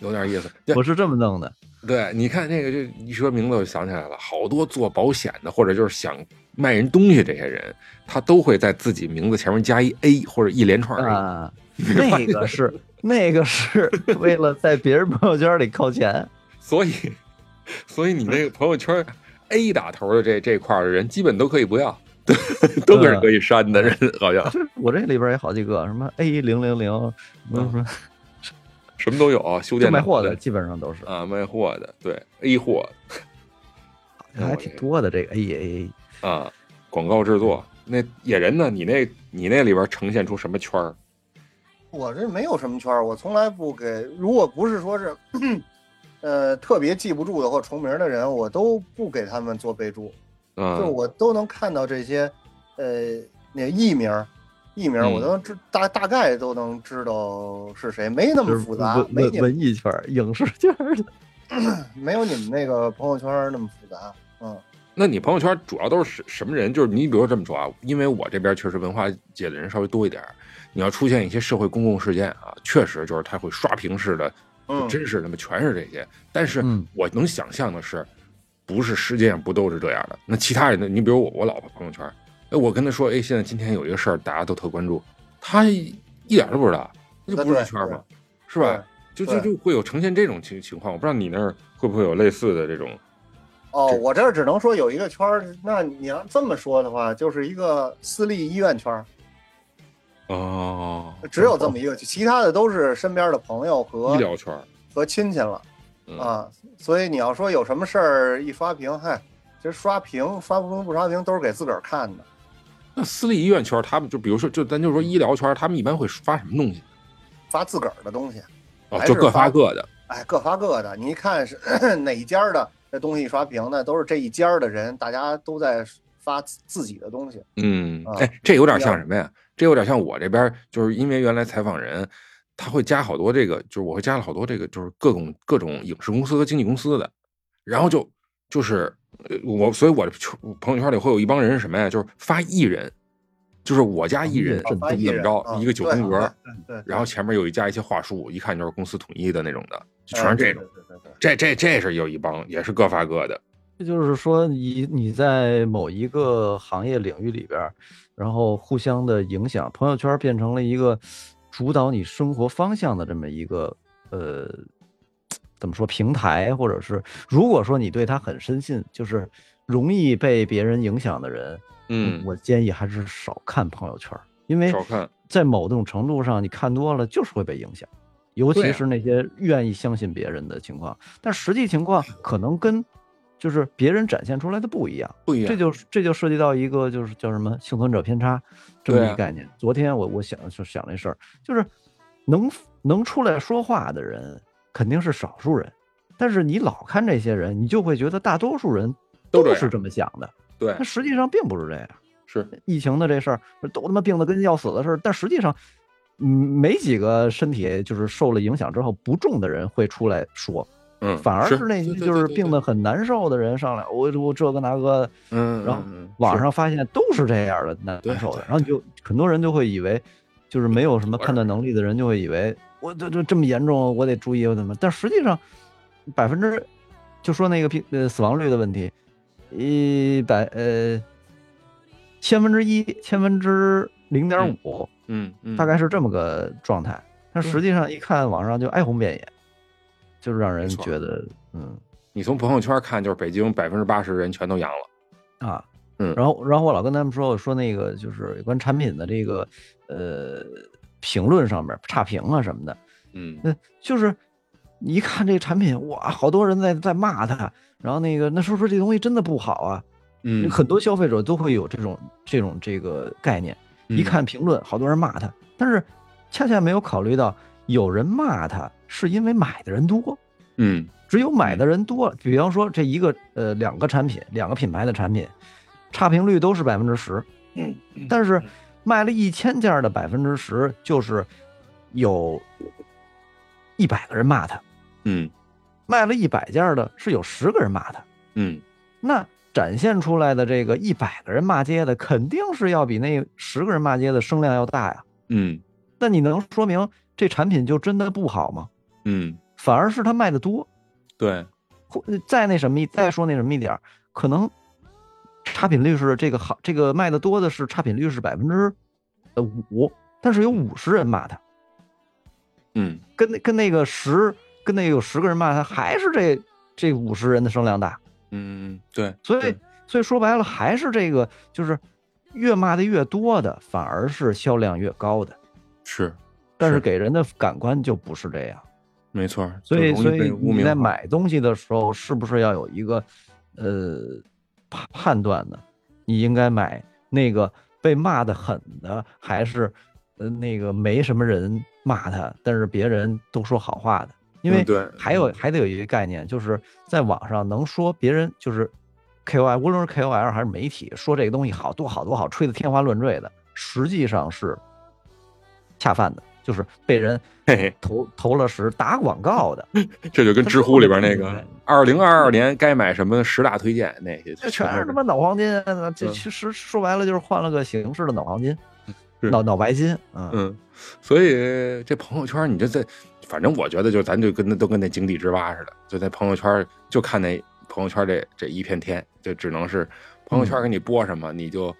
S3: 有点意思。 对
S5: 我是这么弄的。
S3: 对，你看这个，这一说名字我就想起来了，好多做保险的或者就是想卖人东西这些人，他都会在自己名字前面加一 A 或者一连串 A。
S5: 啊，那个是那个 是为了在别人朋友圈里靠前，
S3: 所以， 所以你那个朋友圈 A 打头的这这块儿的人，基本都可以不要， 都都是
S5: 啊
S3: 可以删的人，好像
S5: 我这里边有好几个什么 A 零零零，什么什么
S3: 什么都有啊，修
S5: 就
S3: 电脑
S5: 卖货的基本上都是，
S3: 啊，卖货的，对 A 货那我
S5: 还
S3: 这
S5: 挺多的这个哎 A A
S3: 啊，广告制作。那野人呢？你那你那里边呈现出什么圈儿？
S4: 我这没有什么圈儿，我从来不给，如果不是说是，呃，特别记不住的或重名的人，我都不给他们做备注，就
S3: 嗯
S4: 我都能看到这些，呃，那艺名儿。艺名儿
S3: 嗯
S4: 我都能知大大概都能知道是谁，没那
S5: 就
S4: 么
S5: 是
S4: 复杂，
S5: 文
S4: 没
S5: 文
S4: 你们
S5: 文艺圈、影视圈的，
S4: 没有你们那个朋友圈儿那么复杂。嗯，
S3: 那你朋友圈主要都是什什么人？就是你比如这么说啊，因为我这边确实文化界的人稍微多一点儿，你要出现一些社会公共事件啊，确实就是他会刷屏式的就
S4: 嗯
S3: 真是他妈全是这些。但是
S5: 嗯
S3: 我能想象的是，不是世界上不都是这样的？那其他人的，你比如我，我老婆朋友圈，哎，我跟她说，哎，现在今天有一个事儿，大家都特关注，她一一点都不知道，那就不是
S4: 对
S3: 圈儿嘛，是
S4: 对
S3: 吧？就就
S4: 对
S3: 就会有呈现这种情情况，我不知道你那儿会不会有类似的这种
S4: 哦，
S3: 这
S4: 我这儿只能说有一个圈儿。那你要这么说的话，就是一个私立医院圈儿，
S3: 哦，
S4: 只有这么一个，其他的都是身边的朋友
S3: 医
S4: 和
S3: 疗圈儿，
S4: 和亲戚了
S3: 嗯
S4: 啊。所以你要说有什么事儿一刷屏，嗨，其实刷屏刷不不刷屏都是给自个儿看的。
S3: 那私立医院圈儿，他们就比如说，就咱就说医疗圈儿，他们一般会发什么东西？
S4: 发自个儿的东西，
S3: 哦，
S4: 还
S3: 就是各发
S4: 发
S3: 各的。
S4: 哎，各发各的。你一看是 哪一家儿的这东西一刷屏呢，都是这一家儿的人，大家都在发自自己的东西。
S3: 嗯，
S4: 啊
S3: 哎，这有点像
S4: 一样
S3: 什么呀？这有点像我这边儿，就是因为原来采访人，他会加好多这个，就是我会加了好多这个，就是各种各种影视公司和经纪公司的，然后就就是呃我，所以我的圈朋友圈里会有一帮人是什么呀？就是发艺人，就是我家艺人
S5: 嗯
S3: 怎么
S4: 啊哦发艺
S3: 怎么
S4: 人啊
S3: 着，一个九宫格儿，，
S4: 对对对，
S3: 然后前面有一加一些话术，一看就是公司统一的那种的，就全是这种。
S4: 哎。对对对对对
S3: 这这这是有一帮，也是各发各的。
S5: 这 就是说你你在某一个行业领域里边儿，然后互相的影响，朋友圈变成了一个主导你生活方向的这么一个呃怎么说平台，或者是如果说你对他很深信，就是容易被别人影响的人，
S3: 嗯，
S5: 我建议还是少看朋友圈儿，因为
S3: 少看
S5: 在某种程度上，你看多了就是会被影响，尤
S3: 对
S5: 其
S3: 啊
S5: 是那些愿意相信别人的情况，但实际情况可能跟就是别人展现出来的不一样，
S3: 不一样。
S5: 这就这就涉及到一个就是叫什么幸存者偏差这么
S3: 对啊
S5: 一个概念。昨天我我想就想这事儿，就是能能出来说话的人，肯定是少数人，但是你老看这些人，你就会觉得大多数人
S3: 都这
S5: 都
S3: 样
S5: 是这么想的，
S3: 对
S5: 但，实际上并不是这样。
S3: 是
S5: 疫情的这事儿，都他妈病得跟要死的事儿，但实际上，嗯，没几个身体就是受了影响之后不重的人会出来说，
S3: 嗯，
S5: 反而
S3: 是
S5: 是那些
S3: 对对
S5: 就
S3: 对
S5: 是
S3: 对
S5: 病得很难受的人上来，我我这个那个的，
S3: 嗯，
S5: 然后
S3: 嗯嗯
S5: 网
S3: 是
S5: 上发现都是这样的难
S3: 对
S5: 受的
S3: 对，
S5: 然后你就很多人就会以为，就是没有什么
S3: 我
S5: 判断能力的人就会以为我这这这么严重，我得注意我怎么，但实际上百分之就说那个平呃死亡率的问题，一百呃千分之一千分之零点五，
S3: 嗯嗯，
S5: 大概是这么个状态。但实际上一看网上就哀鸿遍野，就是让人
S3: 没错
S5: 觉得嗯
S3: 你从朋友圈看，就是北京百分之八十人全都阳了。
S5: 啊，
S3: 嗯
S5: 然后然后我老跟他们说，我说那个就是有关产品的这个呃评论上面差评啊什么的，
S3: 嗯
S5: 那就是你一看这个产品，哇，好多人在在骂它，然后那个那是不是这东西真的不好啊？
S3: 嗯
S5: 很多消费者都会有这种这种这个概念，一看评论，好多人骂他，但是恰恰没有考虑到有人骂他是因为买的人多，
S3: 嗯
S5: 只有买的人多了，比方说这一个呃两个产品，两个品牌的产品，差评率都是百分之十，嗯，但是卖了一千件的百分之十就是有一百个人骂他，
S3: 嗯
S5: 卖了一百件的是有十个人骂他，
S3: 嗯
S5: 那展现出来的这个一百个人骂街的，肯定是要比那十个人骂街的声量要大呀。
S3: 嗯
S5: 那你能说明这产品就真的不好吗？
S3: 嗯，
S5: 反而是它卖的多，
S3: 对，嗯
S5: 或再那什么一再说那什么一点儿，可能差品率是这个好，这个卖的多的是差品率是百分之呃五，但是有五十人骂他，
S3: 嗯
S5: 跟那跟那个十跟那个有十个人骂他，还是这这五十人的声量大，
S3: 嗯对，
S5: 所以
S3: 对
S5: 所以说白了还是这个就是越骂的越多的，反而是销量越高的，
S3: 是
S5: 但是
S3: 是
S5: 给人的感官就不是这样。
S3: 没错儿，
S5: 所
S3: 就
S5: 以
S3: 容易
S5: 所以
S3: 被污
S5: 你
S3: 名
S5: 在
S3: 化
S5: 买东西的时候，是不是要有一个呃判判断呢？你应该买那个被骂的狠的，还是呃那个没什么人骂他，但是别人都说好话的？因
S3: 嗯
S5: 为
S3: 对
S5: 还有还得有一个概念，就是在网上能说别人就是 KOL，无论是 KOL 还是媒体说这个东西好多好多好，吹得天花乱坠的，实际上是恰饭的，就是被人
S3: 嘿嘿，
S5: 投投了十打广告 的，
S3: 这就跟知乎里边那
S5: 它
S3: 个
S5: 是
S3: 二零二二年该买什么十大推荐那些，
S5: 这全是他
S3: 是
S5: 妈脑黄金啊！这
S3: 嗯
S5: 其实说白了就是换了个形式的脑黄金，
S3: 是
S5: 脑脑白金啊。
S3: 嗯，所以这朋友圈你就在，反正我觉得就咱就跟那都跟那井底之蛙似的，就在朋友圈就看那朋友圈这这一片天，就只能是朋友
S5: 嗯
S3: 圈给你播什么，你就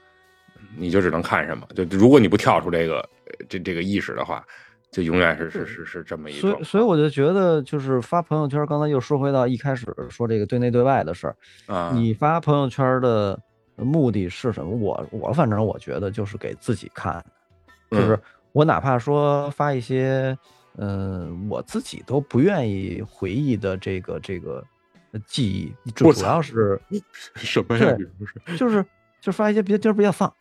S3: 你就只能看什么。就如果你不跳出这个呃这这个意识的话，就永远是是是是这么一
S5: 所
S3: 种啊
S5: 以，。所以我就觉得，就是发朋友圈，刚才又说回到一开始说这个对内对外的事儿。
S3: 啊，
S5: 你发朋友圈的目的是什么？我我反正我觉得就是给自己看，
S3: 嗯
S5: 就是我哪怕说发一些，嗯、我自己都不愿意回忆的这个这个呃记忆，
S3: 我
S5: 主主
S3: 操
S5: 要是
S3: 什么
S5: 对
S3: 呀？比如是，
S5: 就是就发一些别就是比较丧。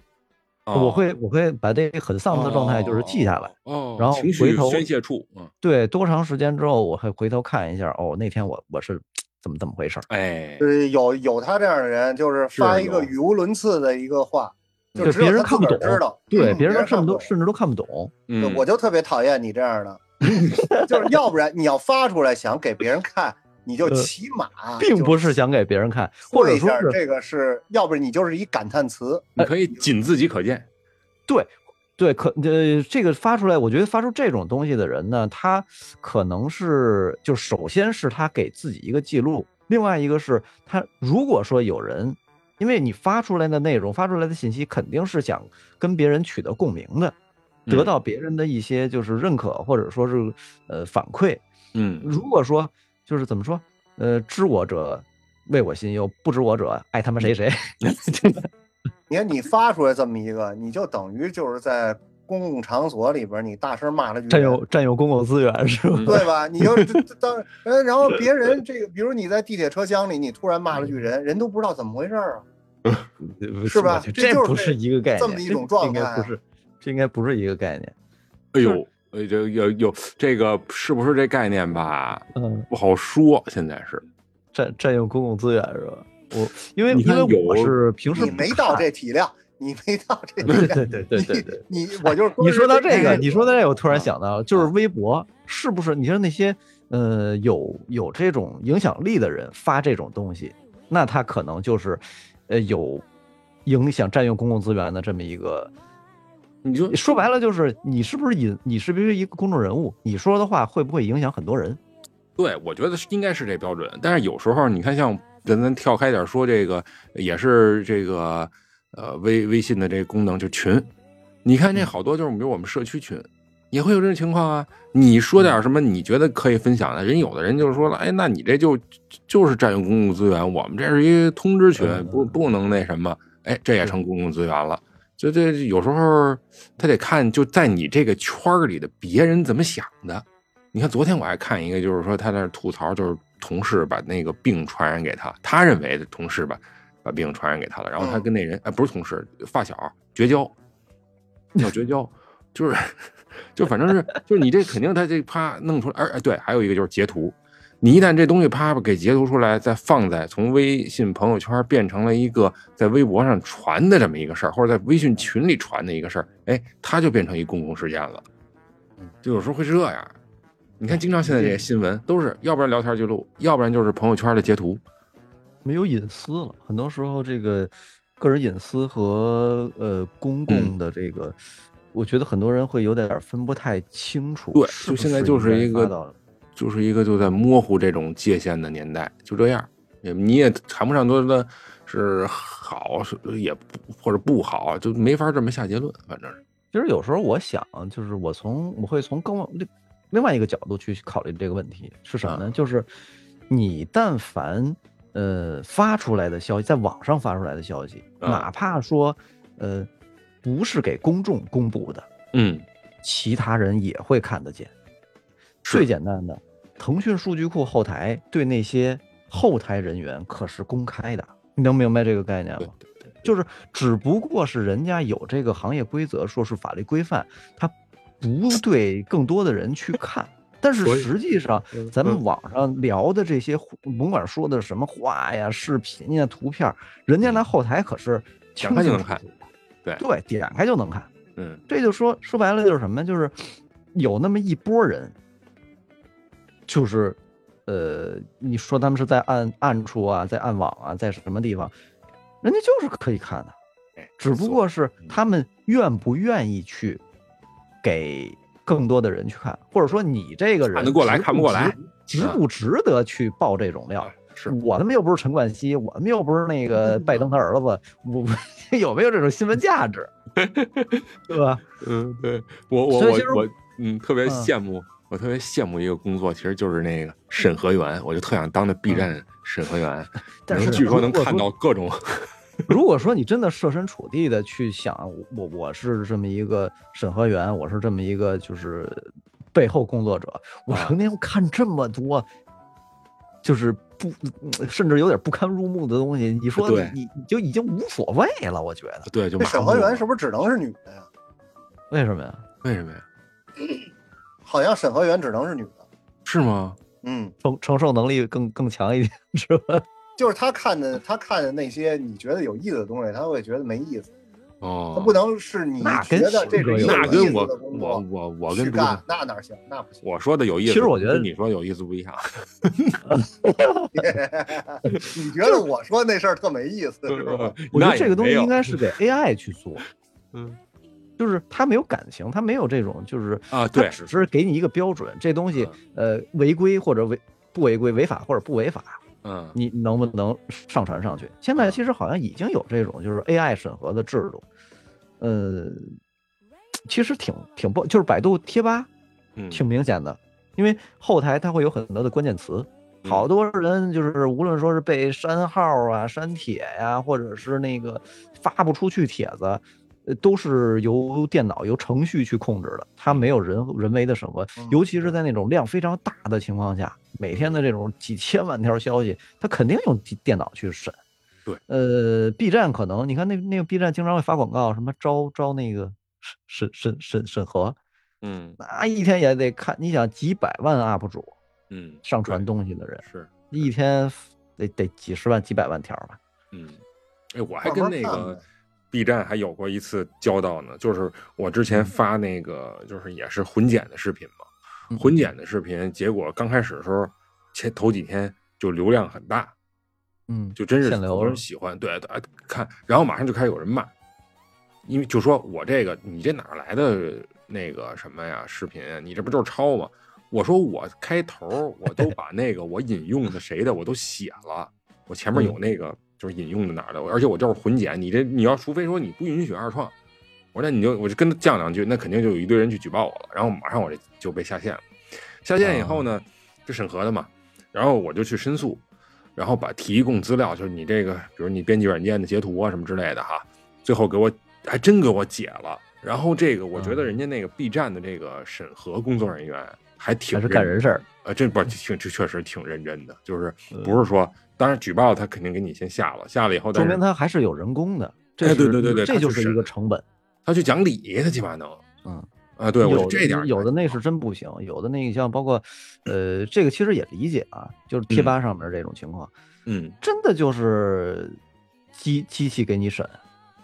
S5: 我会我会把这个很丧的状态就是记下来，
S3: 哦，
S5: 然后
S3: 情
S5: 回
S3: 绪
S5: 头
S3: 宣泄处，嗯，
S5: 对，多长时间之后我会回头看一下，哦，那天我我是怎么怎么回事儿，
S3: 哎，
S4: 就是有有他这样的人，就是发
S3: 是
S4: 一个
S3: 有
S4: 语无伦次的一个话，
S3: 嗯
S4: 就只有
S5: 别人
S4: 他自
S5: 看不
S4: 个儿
S5: 懂
S4: 知道，
S5: 对，
S4: 嗯
S5: 别人都
S4: 看
S5: 甚至
S4: 不
S5: 都
S4: 懂。
S5: 甚至都看不懂，
S4: 对
S3: 嗯，
S4: 我就特别讨厌你这样的， 就是要不然你要发出来想给别人看，你就
S5: 呃
S4: 起码
S5: 并
S4: 啊就
S5: 不是想给别人看，或
S4: 说
S5: 者
S4: 一
S5: 说
S4: 下
S5: 是
S4: 这个是，要不然你就是一感叹词，
S3: 你可以仅自己可见，
S5: 对对，可呃这个发出来，我觉得发出这种东西的人呢，他可能是就首先是他给自己一个记录，另外一个是他如果说有人。因为你发出来的内容、发出来的信息，肯定是想跟别人取得共鸣的，得
S3: 嗯
S5: 到别人的一些就是认可，或者说是呃反馈。
S3: 嗯
S5: 如果说就是怎么说，呃，知我者为我心忧，不知我者爱他妈谁谁。
S4: 嗯 你看你发出来这么一个，你就等于就是在公共场所里边你大声骂了句
S5: 占
S4: 人
S5: 有占有公共资源是吧？
S4: 对吧？你 就这这当呃然后别人这个，比如你在地铁车厢里，你突然骂了句人，人都不知道怎么回事儿啊。是吧
S5: 我觉得
S4: 这
S5: 这
S4: 就是
S5: 不是一个概念，
S4: 这么一种状态啊
S5: 这应该不是，这应该不是一个概念。
S3: 哎
S5: 就
S3: 呦
S5: 是，
S3: 呃，这有有这个是不是这概念吧？
S5: 嗯，
S3: 不好说，现在是
S5: 占占用公共资源是吧？我因为
S3: 你
S5: 因
S3: 看
S5: 为
S3: 有
S5: 我
S3: 啊
S5: 是平时
S4: 你
S5: 不
S4: 没到
S5: 看
S4: 这体量，你没到 这体
S5: 对
S4: 量。
S5: 对对对对对。
S4: 你你我就是哎
S5: 你说到这个，你说到这
S4: 个，啊
S5: 个，我突然想到，就是微博是不是？你说那些呃有有这种影响力的人发这种东西，那他可能就是呃有影响占用公共资源的这么一个。
S3: 你就
S5: 说白了就是你是不是引你是不是一个公众人物？你说的话会不会影响很多人？
S3: 对，我觉得是应该是这标准。但是有时候你看像，咱咱跳开点说，这个也是这个呃微微信的这个功能，就群。你看
S5: 嗯
S3: 这好多就是，比如我们社区群也会有这种情况啊。你说
S5: 嗯
S3: 点什么，你觉得可以分享的，人有的人就是说了，哎，那你这就就是占用公共资源，我们这是一通知群，
S5: 嗯
S3: 不不能那什么，哎，这也成公共资源了。就这有时候他得看就在你这个圈儿里的别人怎么想的。你看昨天我还看一个，就是说他在那儿吐槽，就是同事把那个病传染给他，他认为的同事吧把病传染给他了，然后他跟那人哎不是同事发小绝交，要绝交，就是 就反正是就是你这肯定他这啪弄出来，而哎对，还有一个就是截图。你一旦这东西啪给截图出来，再放在从微信朋友圈变成了一个在微博上传的这么一个事儿，或者在微信群里传的一个事儿，哎，它就变成一公共事件了。嗯就有时候会这样。你看，经常现在这些新闻都是，要不然聊天记录，要不然就是朋友圈的截图。
S5: 没有隐私了，很多时候这个个人隐私和呃公
S3: 嗯
S5: 共的这个，我觉得很多人会有点儿分不太清楚。
S3: 对
S5: 是
S3: 就
S5: 不
S3: 现在
S5: 是
S3: 就是
S5: 应
S3: 一
S5: 该
S3: 个
S5: 发到
S3: 就是一个就在模糊这种界限的年代，就这样，也你也谈不上多的是好，是也不或者不好，就没法这么下结论，反正是。
S5: 其实有时候我想，就是我从我会从更另另外一个角度去考虑这个问题是什么呢？就是你但凡呃发出来的消息，在网上发出来的消息，
S3: 嗯
S5: 哪怕说呃不是给公众公布的，
S3: 嗯，
S5: 其他人也会看得见。
S3: 是
S5: 最简单的，腾讯数据库后台对那些后台人员可是公开的，你能明白这个概念吗
S3: 对？
S5: 就是只不过是人家有这个行业规则，说是法律规范，他不对更多的人去看。但是
S3: 所以嗯
S5: 实际上，咱们网上聊的这些，甭管说的什么话呀、视频呀、图片儿，人家那后台可是
S3: 嗯点
S5: 清
S3: 开就
S5: 清
S3: 能
S5: 楚
S3: 看
S5: 楚的
S3: 对
S5: 对，点开就能看。
S3: 嗯，
S5: 这就说说白了就是什么？就是有那么一波人，就是呃，你说他们是在暗暗处啊，在暗网啊，在什么地方，人家就是可以看的，
S3: 哎
S5: 只不过是他们愿不愿意去给更多的人去看，或者说你这个人
S3: 看得过来
S5: 值
S3: 看不过来
S5: 值，值
S3: 啊
S5: 不值得去爆这种料？
S3: 是
S5: 我他妈又不是陈冠希，我他妈又不是那个拜登他儿子，我 我有没有这种新闻价值？ 对吧？
S3: 嗯，对我我
S5: 所以
S3: 我
S5: 其实
S3: 我嗯特别
S5: 嗯
S3: 羡慕，我特别羡慕一个工作，其实就是那个审核员，我就特想当那 B 站审 核员，
S5: 嗯但
S3: 能
S5: 是
S3: 据说能
S5: 如果
S3: 看
S5: 说
S3: 到各种，
S5: 如果说你真的设身处地的去想，我我是这么一个审核员，我是这么一个就是背后工作者，我
S3: 啊
S5: 成天看这么多，就是不甚至有点不堪入目的东西，你说
S3: 对
S5: 你你就已经无所谓了，我觉得
S3: 对，就
S4: 这
S3: 麻
S4: 审
S3: 木
S4: 核
S3: 了
S4: 员是不是只能是女的呀？
S5: 为什么呀？
S3: 为什么呀？
S4: 好像审核员只能是女的。
S3: 是吗？
S4: 嗯，
S5: 承承受能力更更强一点是吧？
S4: 就是他看的，他看的那些你觉得有意思的东西，他会觉得没意思。
S3: 哦，
S4: 他不能是你
S5: 那
S4: 觉
S5: 跟
S4: 得这
S5: 性格
S4: 是
S5: 有
S4: 有
S3: 那
S4: 意
S3: 跟
S4: 思
S3: 我
S4: 的工
S3: 我
S4: 作
S3: 我我
S4: 去
S3: 跟朱
S4: 干
S3: 总，
S4: 那哪行？那不行。
S3: 我说的有意思，
S5: 其实我觉得
S3: 跟你说的有意思不一 样。
S4: 你觉得我说那事儿特没意思 是吧？
S5: 我觉得这个东西
S3: 那也没有
S5: 应该是 给 AI 去做，
S3: 嗯，
S5: 就是它没有感情，它没有这种就是
S3: 啊，
S5: 它
S3: 对，
S5: 只是给你一个标准，这东西呃违规或者违不违规、违法或者不违法，
S3: 嗯，
S5: 你能不能上传上去？现在其实好像已经有这种就是 AI 审核的制度，呃，其实挺挺不就是百度贴吧
S3: 嗯
S5: 挺明显的，因为后台它会有很多的关键词。
S3: 嗯
S5: 好多人就是无论说是被删号啊、删帖呀、或者是那个发不出去帖子，呃，都是由电脑、由程序去控制的，它没有人人为的审核
S4: 嗯，
S5: 尤其是在那种量非常大的情况下，每天
S3: 嗯
S5: 的这种几千万条消息，它肯定用电电脑去审。
S3: 对，
S5: 呃，B 站可能你看那那个 B 站经常会发广告，什么招招那个审审审审审核，
S3: 嗯
S5: 那一天也得看，你想几百万 UP 主
S3: 嗯，
S5: 上传东西的人，
S3: 是，
S5: 一天得得几十万、几百万条吧？
S3: 嗯，哎，我还跟
S4: 慢慢
S3: 那
S4: 看
S3: 个
S4: 呗
S3: B 站还有过一次交道呢，就是我之
S4: 嗯
S3: 前发那个就是也是混剪的视频嘛，
S5: 嗯
S3: 混剪的视频，结果刚开始的时候前头几天就流量很大，
S5: 嗯，
S3: 就真是
S5: 限
S3: 很
S5: 流
S3: 多人
S5: 了
S3: 喜欢，对，大家看，然后马上就开始有人骂，因为就说我这个你这哪儿来的那个什么呀视频啊，你这不就是抄吗？我说我开头我 都把那个我引用的谁的我都写了，我前面有
S5: 嗯
S3: 那个就是引用的哪儿的，而且我就是混剪，你这你要除非说你不允许二创，我说那你就我就跟他犟两句，那肯定就有一堆人去举报我了，然后马上我这就被下线了，下线以
S5: 哦
S3: 后呢，这审核的嘛，然后我就去申诉，然后把提供资料，就是你这个，比如你编辑软件的截图啊什么之类的哈，最后给我还真给我解了。然后这个我觉
S5: 嗯
S3: 得人家那个 B 站的这个审核工作人员还挺
S5: 还是干人事嗯儿。
S3: 呃，这不挺这确实挺认真的，就是不是说，当然举报他肯定给你先下了，下了以后，
S5: 说
S3: 但是
S5: 明它还是有人工的。这
S3: 哎
S5: 是、
S3: 对对对对
S5: 这
S3: 它
S5: 就是是一
S3: 审
S5: 个
S3: 的
S5: 成本。
S3: 他去讲理，他起码能，
S5: 嗯
S3: 啊，对，我觉
S5: 有
S3: 得这点儿
S5: 有的那是真不行，有的那个像包括，呃，这个其实也理解啊，就是贴
S3: 嗯
S5: 吧上面这种情况，
S3: 嗯
S5: 真的就是机机器给你审。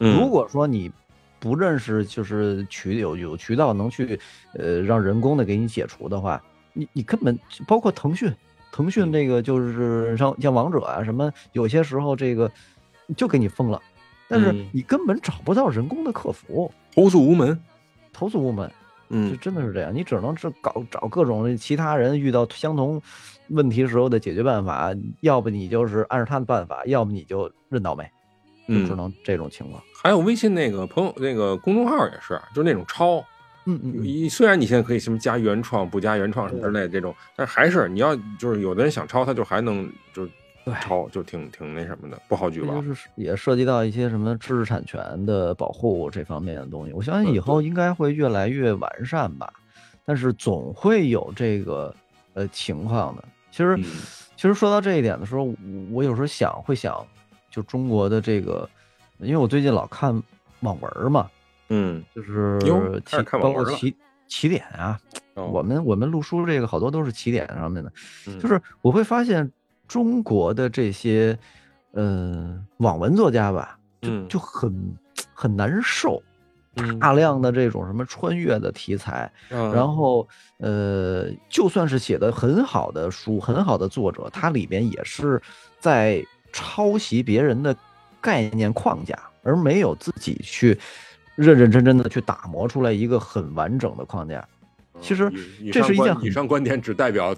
S3: 嗯，
S5: 如果说你不认识，就是渠有有渠道能去，呃，让人工的给你解除的话，你你根本包括腾讯，腾
S3: 嗯
S5: 讯这个就是像像王者啊什么，有些时候这个就给你封了，但是
S3: 嗯
S5: 你根本找不到人工的客服，
S3: 投诉无门，
S5: 投诉部门就
S3: 嗯
S5: 真的是这样，你只能是搞找各种其他人遇到相同问题时候的解决办法，要不你就是按照他的办法，要么你就认倒霉，就只
S3: 嗯，
S5: 能这种情况。
S3: 还有微信那个朋友那个公众号也是，就是那种抄，
S5: 嗯嗯嗯，
S3: 你虽然你现在可以什么加原创、不加原创什么之类的这种，但还是你要就是有的人想抄，他就还能就
S5: 对
S3: 抄，就挺挺那什么的，不好举
S5: 这
S3: 报
S5: 就。是也涉及到一些什么知识产权的保护这方面的东西。我相信
S3: 嗯对
S5: 以后应该会越来越完善吧，但是总会有这个呃情况的。其实，
S3: 嗯
S5: 其实说到这一点的时候，我我有时候想会想，就中国的这个，因为我最近老看网文儿嘛，
S3: 嗯，
S5: 就是
S3: 哟开
S5: 起
S3: 始看网
S5: 包括
S3: 文了
S5: 起起点啊，
S3: 哦
S5: 我们我们录书这个好多都是起点上面的，
S3: 嗯
S5: 就是我会发现中国的这些，呃，网文作家吧，
S3: 嗯
S5: 就很很难受，
S3: 嗯
S5: 大量的这种什么穿越的题材，然后呃，就算是写的很好的书，很好的作者，他里边也是在抄袭别人的概念框架，而没有自己去认认真真的去打磨出来一个很完整的框架。其实
S3: 嗯以以
S5: 这
S3: 上
S5: 是一
S3: 观
S5: 件很嗯
S3: 以上观点只代表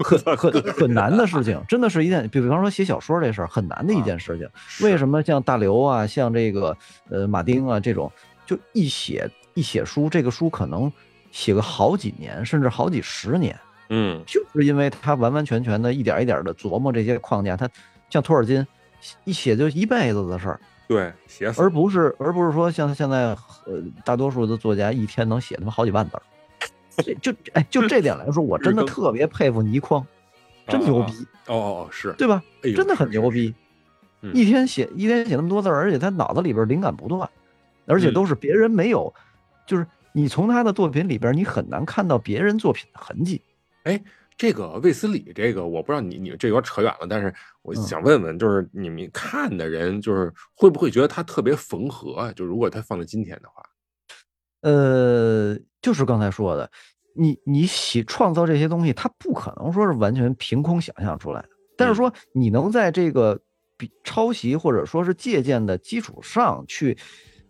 S5: 很很很难的事情，真的是一件，比比方说写小说这事儿很难的一件事情。为什么像大刘啊，像这个呃马丁啊这种，就一写一写书，这个书可能写个好几年，甚至好几十年，
S3: 嗯
S5: 就是因为他完完全全的一点一点的琢磨这些框架。他像托尔金一写就一辈子的事儿，
S3: 对写死
S5: 而不是而不是说像现在呃大多数的作家一天能写他妈好几万 字儿。这就哎，就这点来说，我真的
S3: 日更
S5: 特别佩服倪匡，真牛
S3: 啊
S5: 逼。
S3: 哦哦哦是
S5: 对吧？
S3: 哎呦
S5: 真的
S3: 是
S5: 很牛逼，
S3: 嗯
S5: 一天写一天写那么多字儿，而且他脑子里边灵感不断，而且
S3: 嗯
S5: 都是别人没有，就是你从他的作品里边，你很难看到别人作品的痕迹。
S3: 这个卫斯理，这个我不知道你你这有点扯远了，但是我
S5: 嗯
S3: 想问问，就是你们看的人，就是会不会觉得他特别缝合啊？就如果他放在今天的话，
S5: 呃，就是刚才说的，你你写创造这些东西，它不可能说是完全凭空想象出来的，但
S3: 嗯
S5: 是说你能在这个比抄袭或者说是借鉴的基础上去，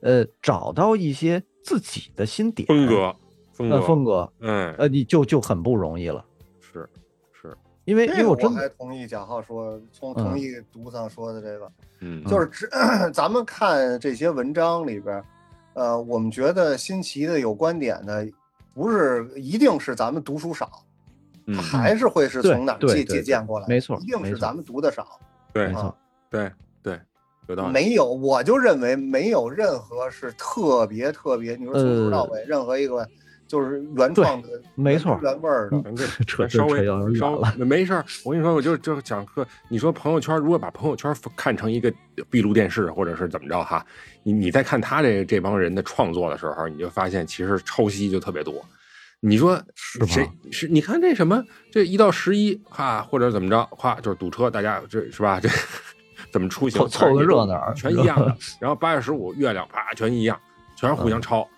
S5: 呃，找到一些自己的新点
S3: 风，格风
S5: 呃，
S3: 格
S5: 风格，
S3: 嗯
S5: 呃，你就就很不容易了，
S3: 是是
S5: 因为因
S4: 这
S5: 为
S4: 个
S5: 我
S4: 我
S5: 真的
S4: 还同意贾浩说，同
S5: 嗯
S4: 同意独藏说的这个，
S3: 嗯
S4: 就是只 咱们看这些文章里边儿，呃，我们觉得新奇的有观点的，不是一定是咱们读书少，
S3: 嗯
S4: 还是会是
S5: 对
S4: 从哪儿
S5: 对
S4: 借
S5: 对
S4: 借鉴过来的，
S5: 没错
S4: 一定
S5: 没
S4: 是
S5: 错
S4: 咱们啊读的少。
S3: 对
S5: 没错，
S3: 对对，有道理。
S4: 没有，我就认为没有任何是特别特别，你说从头到
S5: 呃
S4: 尾任何一个就是原创的，
S5: 没错嗯
S4: 原味儿的。
S3: 咱 这
S5: 扯
S3: 稍微
S5: 扯有点远
S3: 稍
S5: 了。
S3: 微没事儿，我跟你说，我就就想说，你说朋友圈，如果把朋友圈看成一个闭路电视，或者是怎么着哈，你你在看他这这帮人的创作的时候，你就发现其实抄袭就特别多。你说
S5: 是吧
S3: 谁是？你看这什么？这一到十一哈，或者怎么着，哈，就是堵车，大家这是吧？这 怎么出行？
S5: 凑凑个热闹儿
S3: 全一样的。然后八月十五月亮啪，全一样，全是互相抄。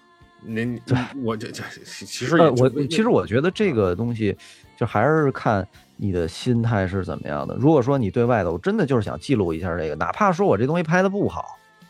S3: 那 你我这这其实也
S5: 嗯呃，我
S3: 就
S5: 其实我觉得这个东西就还是看你的心态是怎么样的。如果说你对外的，我真的就是想记录一下这个，哪怕说我这东西拍的不好，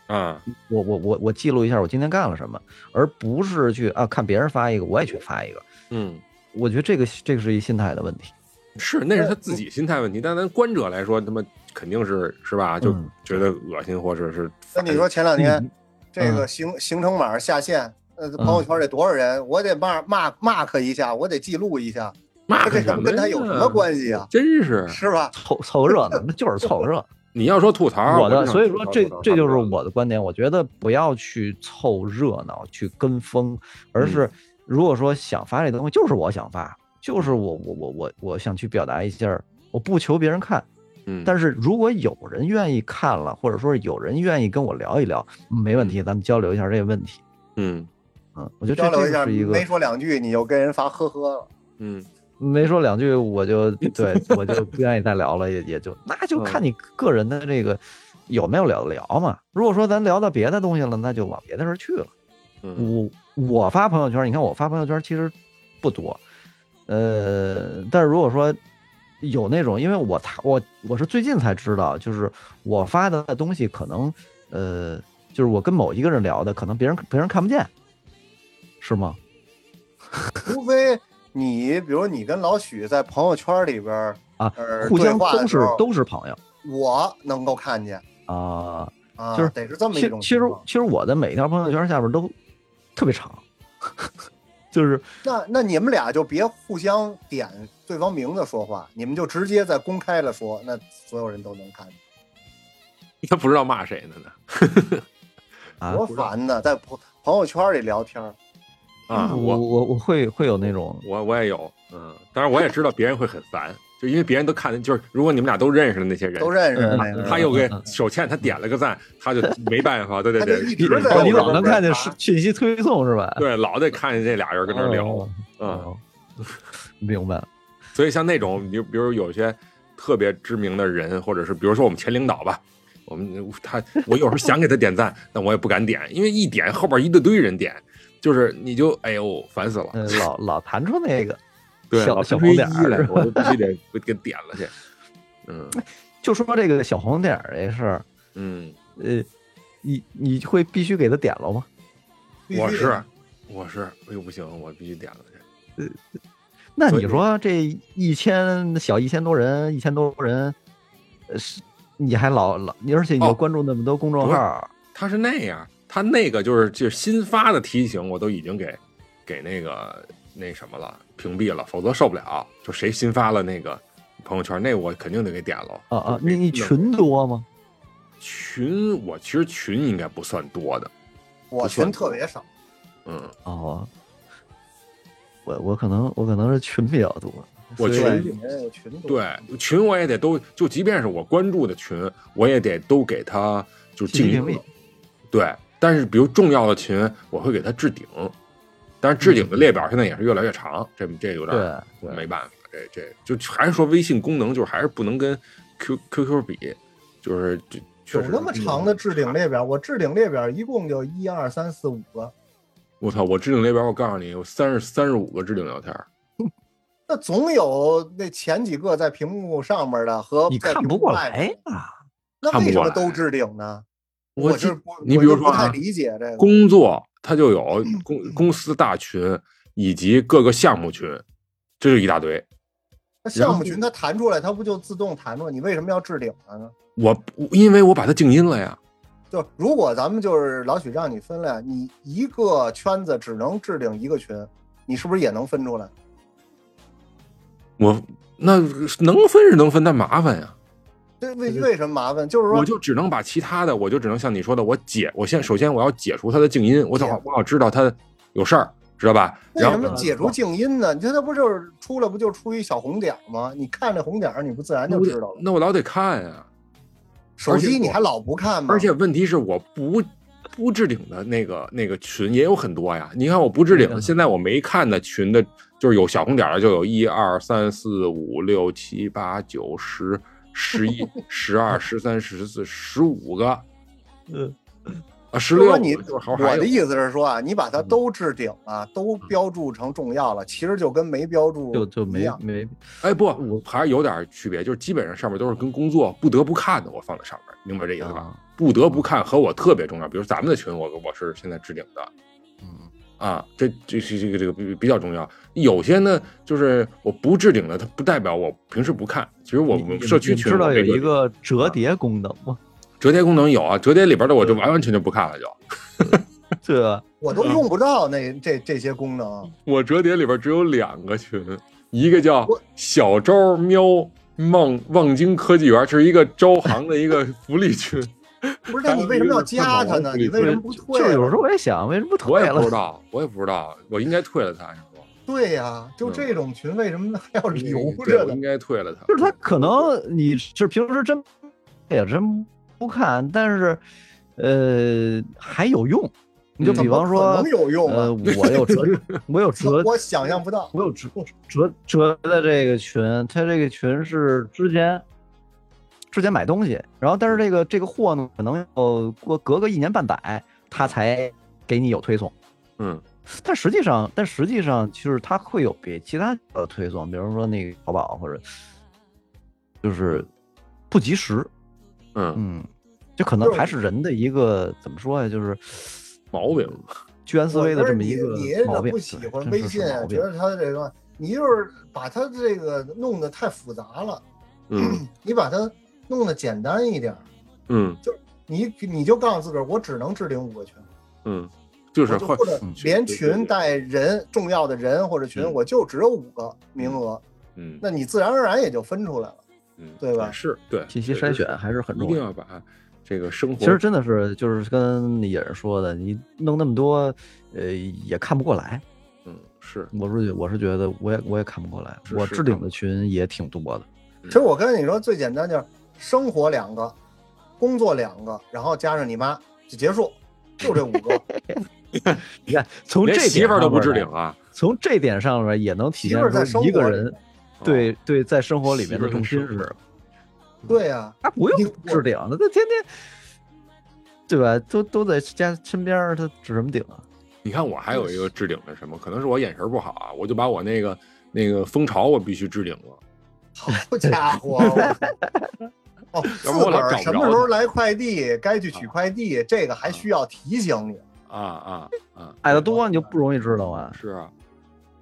S3: 啊
S5: 我我我我记录一下我今天干了什么，而不是去啊看别人发一个我也去发一个。
S3: 嗯。
S5: 我觉得这个这个是一心态的问题。
S3: 是，那是他自己心态问题，但咱观者来说，他妈肯定是是吧？就
S5: 嗯
S3: 觉得恶心，或者是
S4: 那你说前两天
S5: 嗯
S4: 这个行行程码下线，呃，朋友圈得多少人？我得骂骂 mark 一下，我得记录一下，
S3: 骂
S4: 这
S3: 什
S4: 跟
S3: 么
S4: 跟他有什么关系
S3: 呀
S4: 啊？
S3: 真是
S4: 是吧？
S5: 凑凑个热闹，那就是凑个热闹。
S3: 你要说吐槽
S5: 我的，所以说这这就是
S3: 我
S5: 我的观点。我觉得不要去凑热闹，去跟风，而是
S4: 嗯
S5: 如果说想发这东西，就是我想发，就是我我我我我想去表达一下儿，我不求别人看，
S3: 嗯，
S5: 但是如果有人愿意看了，或者说有人愿意跟我聊一聊，没问题，咱们交流一下这个问题。
S3: 嗯
S5: 嗯，我觉得
S4: 嗯交
S5: 这
S4: 流
S5: 这
S4: 一下，
S5: 个是一个
S4: 没说两句你就跟人发呵呵了。
S3: 嗯
S5: 没说两句我 就对我就不愿意再聊了，也也就那就
S4: 嗯
S5: 看你个人的这个有没有聊得聊嘛。如果说咱聊到别的东西了，那就往别的事儿去了。
S3: 嗯
S5: 我我发朋友圈，你看我发朋友圈其实不多，呃，但是如果说有那种，因为我他我我是最近才知道，就是我发的东西可能呃，就是我跟某一个人聊的，可能别人别人看不见，是吗？
S4: 除非你，比如你跟老许在朋友圈里边儿
S5: 啊
S4: 呃
S5: 互相
S4: 对话的
S5: 都
S4: 时
S5: 是
S4: 候
S5: 都是朋友
S4: 我能够看见
S5: 啊。
S4: 啊，
S5: 就是
S4: 得是这么
S5: 其
S4: 一
S5: 实
S4: 种
S5: 其
S4: 情
S5: 实
S4: 况。
S5: 其实我的每一条朋友圈下边都特别长，就是
S4: 那那你们俩就别互相点对方名字说话，你们就直接在公开了说，那所有人都能看见，
S3: 他不知道骂谁呢呢
S5: 啊，
S4: 多烦呐！在朋朋友圈里聊天儿，
S3: 啊！
S5: 嗯
S3: 我
S5: 我我我会会有那种
S3: 我我也有，嗯，当然我也知道别人会很烦，就因为别人都看，就是如果你们俩都认识的那些人
S4: 都。认识
S5: 嗯
S4: 那个人
S3: 他又给手欠他点了个赞，他就没办法，对对
S4: 他就一
S3: 对，
S4: 直在
S5: 哦你老
S4: 我
S5: 能
S4: 这
S5: 看见
S4: 儿
S5: 是讯息推送是吧？
S3: 对老得看见这俩人跟那儿聊，
S5: 哦，
S3: 嗯，
S5: 哦明白了，
S3: 所以像那种，你就比如有些特别知名的人，或者是比如说我们前领导吧，我们他我有时候想给他点赞， 但我也不敢点，因为一点后边一大堆人点，就是你就哎呦烦死了。
S5: 呃老老弹出那个
S3: 对，
S5: 小
S3: 老
S5: 小
S3: 吹
S5: 红点
S3: 一来
S5: 儿，，
S3: 我就必须得给点了去。嗯
S5: 就说这个小红点儿这事儿，
S3: 嗯，
S5: 呃，你你会必须给他点了吗？
S4: 必须
S3: 我
S4: 得
S3: 是我是，哎呦不行，我必须点了去。
S5: 那
S3: 所
S5: 你
S3: 以
S5: 说这一千小一千多人，一千多人，呃，是你还老老，你而且你
S3: 哦
S5: 又关注那么多公众
S3: 不是
S5: 号，
S3: 他是那样，他那个就是就是新发的提醒，我都已经给给那个那什么了，屏蔽了，否则受不了。就谁新发了那个朋友圈，那我肯定得给点了。
S5: 啊啊，
S3: 就
S5: 你
S3: 给
S5: 你群多吗？
S3: 群，我其实群应该不算多的，
S4: 我群特别少，
S3: 嗯，
S5: 哦，我我可能我可能是群比较多，
S3: 我
S5: 所以
S4: 对，
S3: 群
S4: 你们有群多，
S3: 对，群我也得都，就即便是我关注的群，我也得都给他就
S5: 信息
S3: 静
S5: 屏
S3: 音
S5: 蔽
S3: 了。对，但是比如重要的群，我会给他置顶，但是置顶的列表现在也是越来越长，这这有点儿
S5: 嗯对对
S3: 没办法，这这就还是说微信功能就是还是不能跟 Q Q Q 比，就是这确
S4: 有
S3: 实
S4: 那么长的置顶列表，我置顶列表一共就一二三四五个，
S3: 我操，我置顶列表我告诉你，有三十三十五个置顶聊天儿，
S4: 那总有那前几个在屏幕上面的和
S5: 你
S4: 在
S5: 看
S4: 屏
S5: 不
S4: 幕
S5: 过
S4: 外面
S5: 来
S4: 的，
S5: 啊。
S4: 那
S3: 看不
S4: 为什
S3: 过
S4: 么
S3: 来
S4: 都置顶呢？
S3: 我记
S4: 是不，
S3: 你
S4: 我
S3: 比
S4: 就
S3: 如说
S4: 不太
S3: 啊
S4: 理解这个。
S3: 工作它就 有公公司大群以及各个项目群，这就一大堆。
S4: 那
S3: 然
S4: 项
S3: 后
S4: 目群它弹出来，它不就自动弹出来？你为什么要置顶它呢？
S3: 我不因为我把它静音了呀，
S4: 就如果咱们就是老许让你分类，啊你一个圈子只能置顶一个群，你是不是也能分出来？
S3: 我那能分是能分，但麻烦呀。
S4: 这为为什么麻烦？就是
S3: 我
S4: 说，
S3: 就只能把其他的，我就只能像你说的，我解，我先首先我要解除他的静音，我得我要知道他有事儿，知道吧？
S4: 为
S3: 然
S4: 什
S3: 后
S4: 么解除静音呢？你说它不就是出了不就出一小红点儿吗？你看这红点儿，你不自然
S3: 那
S4: 就
S3: 我
S4: 知
S3: 得
S4: 道了。
S3: 那我老得看呀、
S4: 手
S3: 而且
S4: 机
S3: 我
S4: 你还老不看吗？
S3: 而且问题是我不不置顶的那个那个群也有很多呀。你看我不置顶的，
S5: 对呀
S3: 现在我没看的群的，就是有小红点儿的就有一二三四五六七八九十十一十二十三十四十五个
S5: 嗯，
S3: 啊十
S4: 就
S3: 六
S4: 是说你，
S3: 好
S4: 我
S3: 还
S4: 的
S3: 有
S4: 意思是说啊，你
S5: 嗯
S4: 把它都置顶啊，都标注成重要了，其实就跟没标注
S5: 就就
S4: 一
S5: 没
S4: 样。
S5: 没
S3: 哎不，
S5: 我
S3: 还是有点区别，就是基本上上面都是跟工作不得不看的，我放在上面，明白这意思吧？
S5: 啊，
S3: 不得不看和我特别重要，比如咱们的群我，我是现在置顶的，
S5: 嗯，
S3: 啊，这这这这个这个比比较重要。有些呢，就是我不置顶的，它不代表我平时不看。其实我
S5: 你
S3: 们
S5: 你
S3: 社区
S5: 你
S3: 群
S5: 知道
S3: 我
S5: 有
S3: 这
S5: 一个折叠功能吗？
S3: 折叠功能有啊，折叠里边的我就完完全全不看了就，
S5: 对啊吧？
S4: 我都用不到那这这些功能，
S3: 我折叠里边只有两个群，一个叫
S4: 我
S3: 小昭喵望望京科技园，是一个招行的一个福利群，
S4: 不是？那你为什么要加它呢？
S3: 还有
S4: 你
S3: 一个
S4: 为什么不
S5: 就
S4: 退
S5: 就有时
S4: 了？
S5: 候我也想，为什么不
S3: 我
S5: 退
S3: 也不知
S5: 了？
S3: 道，我也不知道，我应该退了它，你说
S4: 对呀、
S5: 嗯
S4: 就这种群为什么还要 留
S3: 对我
S4: 着呢
S3: 应？该退了它，
S5: 就是他可能你是平时真也真不看，但是呃还有用。你就
S3: 嗯
S5: 比方
S4: 怎么
S5: 说
S4: 可能，有用
S5: 呃，
S4: 啊？
S5: 我有 折，我有折
S4: 我想象不到。
S5: 我有折折折的这个群，它这个群是之前之前买东西，然后但是这个这个货呢，可能要过隔个一年半载，它才给你有推送。
S3: 嗯，
S5: 但实际上，但实际上就是它会有别其他的推送，比如说那个淘宝或者就是不及时，
S3: 嗯，
S5: 嗯，就可能还是人的一个怎么说呀，就是
S3: 毛病。
S5: 居安思
S4: 我
S5: 危
S4: 觉
S5: 的
S4: 得
S5: 这么
S4: 你
S5: 一个
S4: 你也
S5: 毛
S4: 得
S5: 病。
S4: 不喜
S5: 对
S4: 欢
S5: 真
S4: 微
S5: 是是
S4: 信，啊
S5: 毛
S4: 觉
S5: 病
S4: 得它这个，你就是把它这个弄得太复杂了，
S3: 嗯
S4: 你把它弄得简单一点儿，
S3: 嗯
S4: 你你就告诉自个儿，我只能置顶五个群，
S3: 嗯，就是
S4: 我就
S3: 会
S4: 或者
S5: 嗯
S4: 连
S3: 对对
S4: 群
S3: 对
S4: 带人重要的人或者群，
S3: 嗯
S4: 我就只有五个名额，
S3: 嗯
S4: 那你自然而然也就分出来了。
S3: 嗯，
S4: 对吧
S3: 也是对
S5: 信息
S3: 确实
S5: 筛
S3: 是
S5: 选还是很
S3: 一
S5: 重
S3: 定
S5: 要。
S3: 要把这个生活
S5: 其实真的是就是跟野人说的，你弄那么多，呃，也看不过来。
S3: 嗯是
S5: 我是觉我是觉得我也我也看不过来，
S3: 是
S5: 我
S3: 是
S5: 置顶的群也挺多的。
S3: 嗯
S4: 其实我跟你说，最简单就是生活两个，工作两个，然后加上你妈就结束，就这五个。
S5: 你看，从这
S3: 连
S5: 点
S3: 媳妇儿都不置顶
S5: 上面
S3: 啊，
S5: 来，从这点上面也能体
S4: 媳
S5: 现
S4: 妇儿在
S5: 出
S4: 生活
S5: 一个
S4: 里
S5: 人
S4: 面
S3: 哦
S5: 对对在生活里
S3: 啊媳
S5: 面
S3: 妇
S5: 的
S3: 儿
S5: 重
S3: 在
S5: 心
S3: 生
S5: 是
S3: 活
S5: 什
S3: 里
S5: 么。
S4: 对呀、
S5: 他不
S4: 你
S5: 用置顶，他天天，对吧？都都在家身边儿，他置什么顶啊？
S3: 你看我还有一个置顶的什么，可能是我眼神不好啊，我就把我那个那个蜂巢我必须置顶了，
S4: 好家伙！ 哦，自
S3: 要不我
S4: 个
S3: 老
S4: 儿
S3: 找不
S4: 什
S3: 着啊
S4: 么时候
S3: 呢
S4: 来快递，该去取快递，这个还需要提醒你。
S3: 啊啊啊，
S5: 矮得多你就不容易知道啊。
S3: 是啊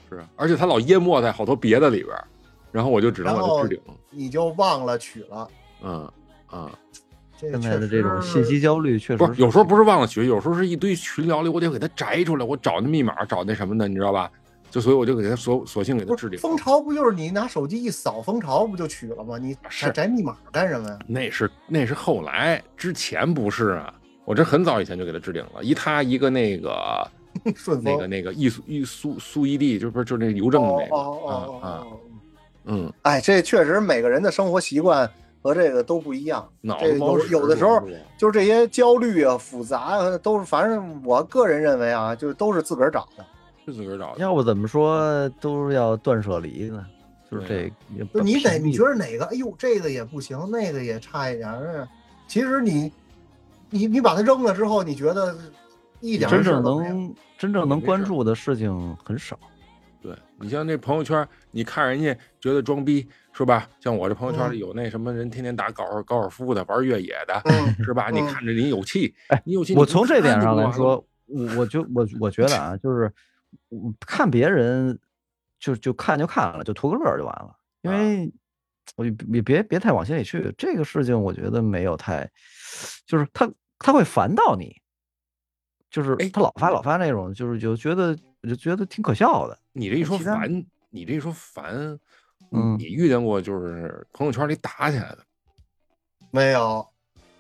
S3: 是啊，而且它老淹没在好多别的里边儿，然后我就只能
S4: 然
S3: 把它
S4: 后
S3: 置顶，
S4: 你就忘了取了。
S3: 嗯啊，
S4: 这
S5: 现
S4: 个确
S5: 在的这种
S4: 实
S5: 信息焦虑确实
S3: 不是有时候不是忘了取，有时候是一堆群聊里我得给它摘出来，我找那密码找那什么的，你知道吧？就所以我就给它索索性给它
S4: 不
S3: 置
S4: 是
S3: 顶。
S4: 蜂巢不就是你拿手机一扫蜂巢不就取了吗？你
S3: 啊是
S4: 还摘密码干什么呀？
S3: 那是那是后来，之前不是啊。我这很早以前就给他置顶了，一他一个那个
S4: 顺
S3: 那个
S4: 丰
S3: 那个易苏易苏苏伊地，就不是就是那邮政的那个
S4: 哦哦哦哦
S3: 啊啊，
S4: 哦哦
S3: 嗯，
S4: 哎，这确实每个人的生活习惯和这个都不一样。
S3: 脑
S4: 这
S3: 子包
S4: 有
S3: 屎
S4: 有的时候
S3: 是不是
S4: 就是这些焦虑啊、复杂啊，都是反正我个人认为啊，就是都是自个儿找的。
S3: 就自个儿找的，
S5: 要不怎么说都是要断舍离呢？就是
S3: 对
S5: 这也
S4: 就
S5: 不
S4: 你哪
S5: 便
S4: 你
S5: 宜
S4: 觉得哪个？哎呦，这个也不行，那个也差一点儿。其实你你你把它扔了之后，你觉得一点儿
S5: 真
S4: 事
S5: 正
S4: 儿都没有。
S5: 能真正能关注的事情很少。
S3: 对你像这朋友圈，你看人家觉得装逼是吧？像我这朋友圈里有那什么人天天打高尔高尔夫的，玩越野的，
S4: 嗯，
S3: 是吧？你
S4: 嗯
S3: 看着你有气，你有气，
S5: 哎我
S3: 你不
S5: 从这
S3: 看
S5: 点
S3: 就
S5: 上
S3: 不
S5: 来
S3: 完了吗，
S5: 说，我我就我我觉得啊，就是我看别人就就看就看了，就图个乐儿就完了，因
S3: 啊
S5: 为我就别别别太往心里去。这个事情我觉得没有太，就是他他会烦到你，就是
S3: 哎
S5: 他老发老发那种，就是就觉得我就觉得挺可笑的。
S3: 你这一说
S5: 其他
S3: 烦，你这一说烦，
S5: 嗯
S3: 你遇见过就是朋友圈里打起来的吗。
S4: 没有，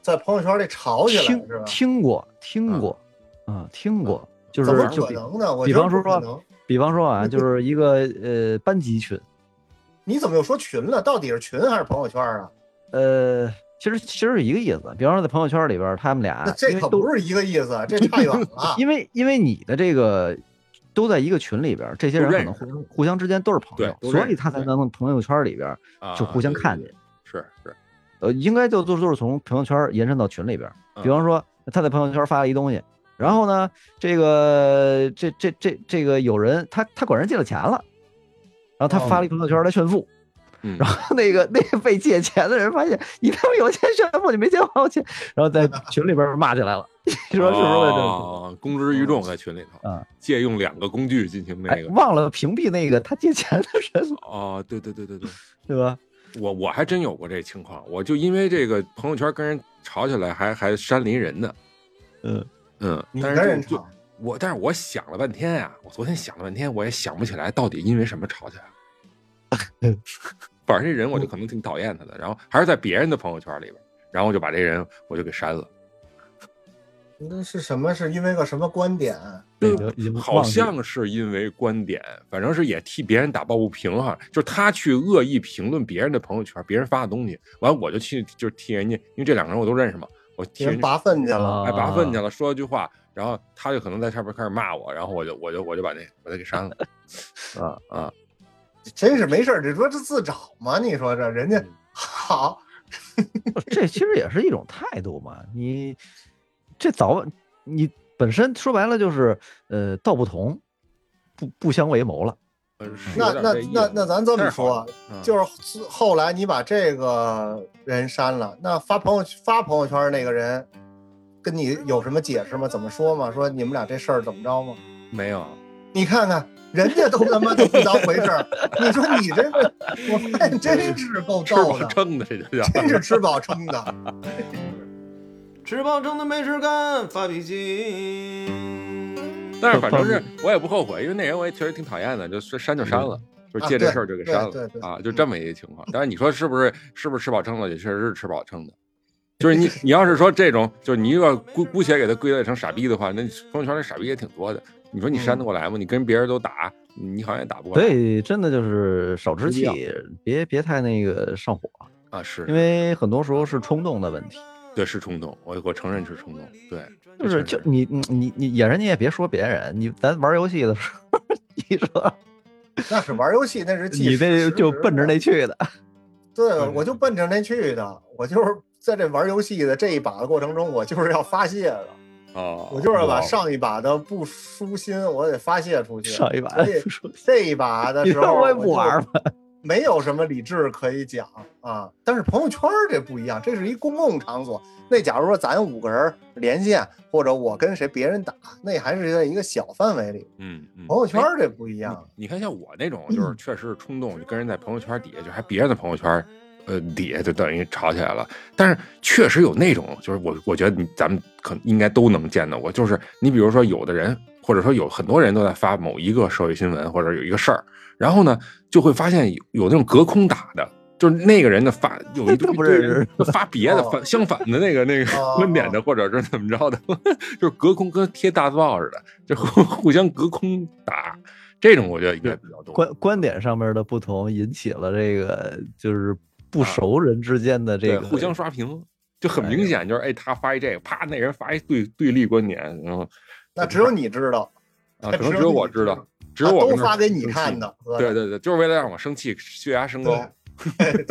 S4: 在朋友圈里吵起来
S5: 听
S4: 是吧？嗯
S5: 听过
S3: 啊
S5: 听过，啊听过，就
S4: 怎
S5: 是
S4: 么
S5: 就
S4: 可
S5: 比
S4: 能呢？我
S5: 比
S4: 觉得
S5: 方
S4: 不
S5: 说说
S4: 可能
S5: 比方说 啊，就是一个呃班级群，
S4: 你怎么又说群了？到底是群还是朋友圈啊？
S5: 呃，其实其实是一个意思。比方说在朋友圈里边儿，他们俩
S3: 哎
S4: 那这
S5: 因
S4: 可
S5: 为都。
S4: 不是啊一个意思，这差远了
S5: 因为因为你的这个都在一个群里边儿，这些
S3: 都
S5: 人可
S3: 认
S5: 能
S3: 识
S5: 互相互相之间都是朋
S3: 对
S5: 友，
S3: 都
S5: 所
S3: 认
S5: 以
S3: 识
S5: 他才
S3: 对
S5: 能朋友圈里边儿
S3: 啊
S5: 就互相
S3: 对对
S5: 看
S3: 对
S5: 见。
S3: 是是，
S5: 呃，应该就都都是从朋友圈延伸到群里边儿。
S3: 嗯
S5: 比方说他在朋友圈发了一东西，然后呢，这个这这这这个有人他他管人借了钱了，然后他发了一朋友圈来炫富。
S3: 哦嗯
S5: 然后那个那个被借钱的人发现你他妈有钱炫富，你没借我钱，然后在群里边儿骂起来了。你说是不是为这个？
S3: 哦公之于众在群里头
S5: 嗯，
S3: 借用两个工具进行那
S5: 哎，
S3: 个。
S5: 忘了屏蔽那个他借钱的人了，
S3: 哦，对对对对对，
S5: 对吧？
S3: 我我还真有过这情况，我就因为这个朋友圈跟人吵起来，还还删了一人呢。
S5: 嗯
S3: 嗯，
S4: 你
S3: 但
S4: 跟
S3: 是就
S4: 人
S3: 就
S4: 吵，
S3: 我，但是我想了半天呀、我昨天想了半天，我也想不起来到底因为什么吵起来了。 反正这人我就可能挺讨厌他的，然后还是在别人的朋友圈里边，然后我就把这人我就给删了。
S4: 那是什么？是因为个什么观点？
S5: 对
S3: 对
S5: 哎已经
S3: 好
S5: 嗯忘记了
S3: 像是因为观点，反正是也替别人打抱不平哈，就是他去恶意评论别人的朋友圈，别人发的东西，完我就去就是替人家，因为这两个人我都认识嘛，我替
S4: 别人
S3: 人家
S4: 拔粪去了。
S3: 哎拔粪去
S5: 啊
S3: 了，说了句话，然后他就可能在上面开始骂我，然后我就我就我就把那把他给删了
S5: 啊
S3: 啊，
S4: 真是没事儿，你说这自找吗？你说这人家
S3: 嗯
S4: 好，
S5: 这其实也是一种态度嘛。你这早晚你本身说白了就是呃道不同，不不相为谋了。
S3: 呃是
S4: 那
S3: 有点
S4: 那
S3: 这意
S4: 那
S3: 思
S4: 那咱这么
S3: 但是好
S4: 说，
S3: 嗯
S4: 就是后来你把这个人删了，那发朋友发朋友圈那个人跟你有什么解释吗？怎么说吗？说你们俩这事儿怎么着吗？
S3: 没有，
S4: 你看看人家都他妈都不当回事儿，你说你这个，我发现真是够
S3: 吃
S4: 逗
S3: 饱
S4: 的，
S3: 撑的这就叫
S4: 哦真是吃饱撑的。
S6: 吃饱撑的没事干，发脾气。
S3: 但是反正是我也不后悔，因为那人我也确实挺讨厌的，就是删就删了，就是借这事儿就给删
S4: 啊对
S3: 了
S4: 对对
S3: 啊，就这么一个情况。但是你说是不是是不是吃饱撑了？也确实是吃饱撑的。就是 你，你要是说这种，就是你又要姑姑且给他归类成傻逼的话，那朋友圈里傻逼也挺多的。你说你
S4: 嗯
S3: 删得过来吗？你跟别人都打，你好像也打不过
S5: 所
S3: 来
S5: 以真的就是少
S3: 不
S5: 之
S3: 必要
S5: 气，别别太那个上火，
S3: 啊。是
S5: 因，为很多时候是冲动的问题。
S3: 对，是冲动，我我承认是冲动，对，
S5: 就
S3: 这
S5: 是
S3: 确实
S5: 就你你你你演人，你也别说别人，你咱玩游戏的时候， 你 说
S4: 那是玩游戏，那是计
S5: 你这
S4: 时
S5: 就奔着
S3: 啊
S5: 那嗯去的。
S4: 对，我就奔着那去的，我就是在这玩游戏的这一把的过程中，我就是要发泄的，
S3: 哦，
S4: 我就是要把
S3: 哇
S4: 上一把的不舒心，我得发泄出去。
S5: 上一把
S4: 所以
S5: 说
S4: 这一把的
S5: 你
S4: 时候，
S5: 让我也不玩吧，
S4: 没有什么理智可以讲啊。但是朋友圈儿这不一样，这是一公共场所。那假如说咱五个人连线，或者我跟谁别人打，那还是在一个小范围里。
S3: 嗯嗯，
S4: 朋友圈
S3: 哎
S4: 儿这不一样，嗯
S3: 你看像我那种，就是确实是冲动，就跟人在朋友圈底下，就还别人的朋友圈，呃，底下就等于吵起来了。但是确实有那种，就是我我觉得你咱们可能应该都能见到过，就是你比如说有的人，或者说有很多人都在发某一个社会新闻或者有一个事儿，然后呢就会发现有有那种隔空打的。就是那个人的发有 一
S5: 都
S3: 堆
S5: 不认识
S3: 人就发别的
S4: 哦
S3: 反相反的那个那个
S4: 哦
S3: 观点的，或者是怎么着的， 就是隔空跟贴大字报似的，就互 互相隔空打。这种我觉得应该比较多。
S5: 观观点上面的不同，引起了这个就是不熟人之间的这
S3: 啊对
S5: 个
S3: 互相刷屏，就很明显就是哎，他发一这个，啪，那人发一对对立观点，然 后
S4: 那只有你知道，
S3: 啊，
S4: 那
S3: 可能
S4: 只
S3: 只有
S4: 有
S3: 我
S4: 你
S3: 知
S4: 知
S3: 道
S4: 道，
S3: 只有
S4: 他
S3: 我
S4: 都
S3: 跟他
S4: 发给你
S3: 生气
S4: 看。的。合着
S3: 对对对，就是为了让我生气，血压升高
S4: 对。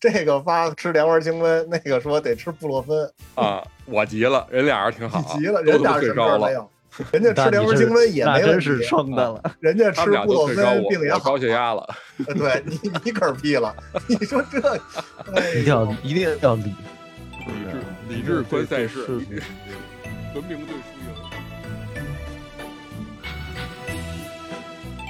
S4: 这个发吃莲花清瘟，那个说得吃布洛芬，
S3: 啊，我急了，人俩人挺好，
S4: 你急了，
S3: 都
S4: 人
S3: 他妈
S4: 家
S3: 睡着
S4: 什么事儿没
S3: 了，
S4: 有，人家 吃莲花清瘟也
S5: 那
S4: 没
S5: 真
S4: 问题啊
S5: 是，撑的了。
S4: 人家
S3: 他们
S4: 吃
S3: 俩
S4: 布
S3: 都
S4: 洛
S3: 睡着，
S4: 芬
S3: 我
S4: 病也
S3: 我
S4: 好
S3: 高，血压 了。
S4: 对你你嗝屁了，你说 这，哎
S5: 一定要
S4: 呦
S5: 一定要理
S3: 理
S5: 智
S3: 智理
S5: 这
S3: 智观
S5: 这
S3: 赛
S5: 这
S3: 事，
S5: 是
S3: 理智文明对输赢。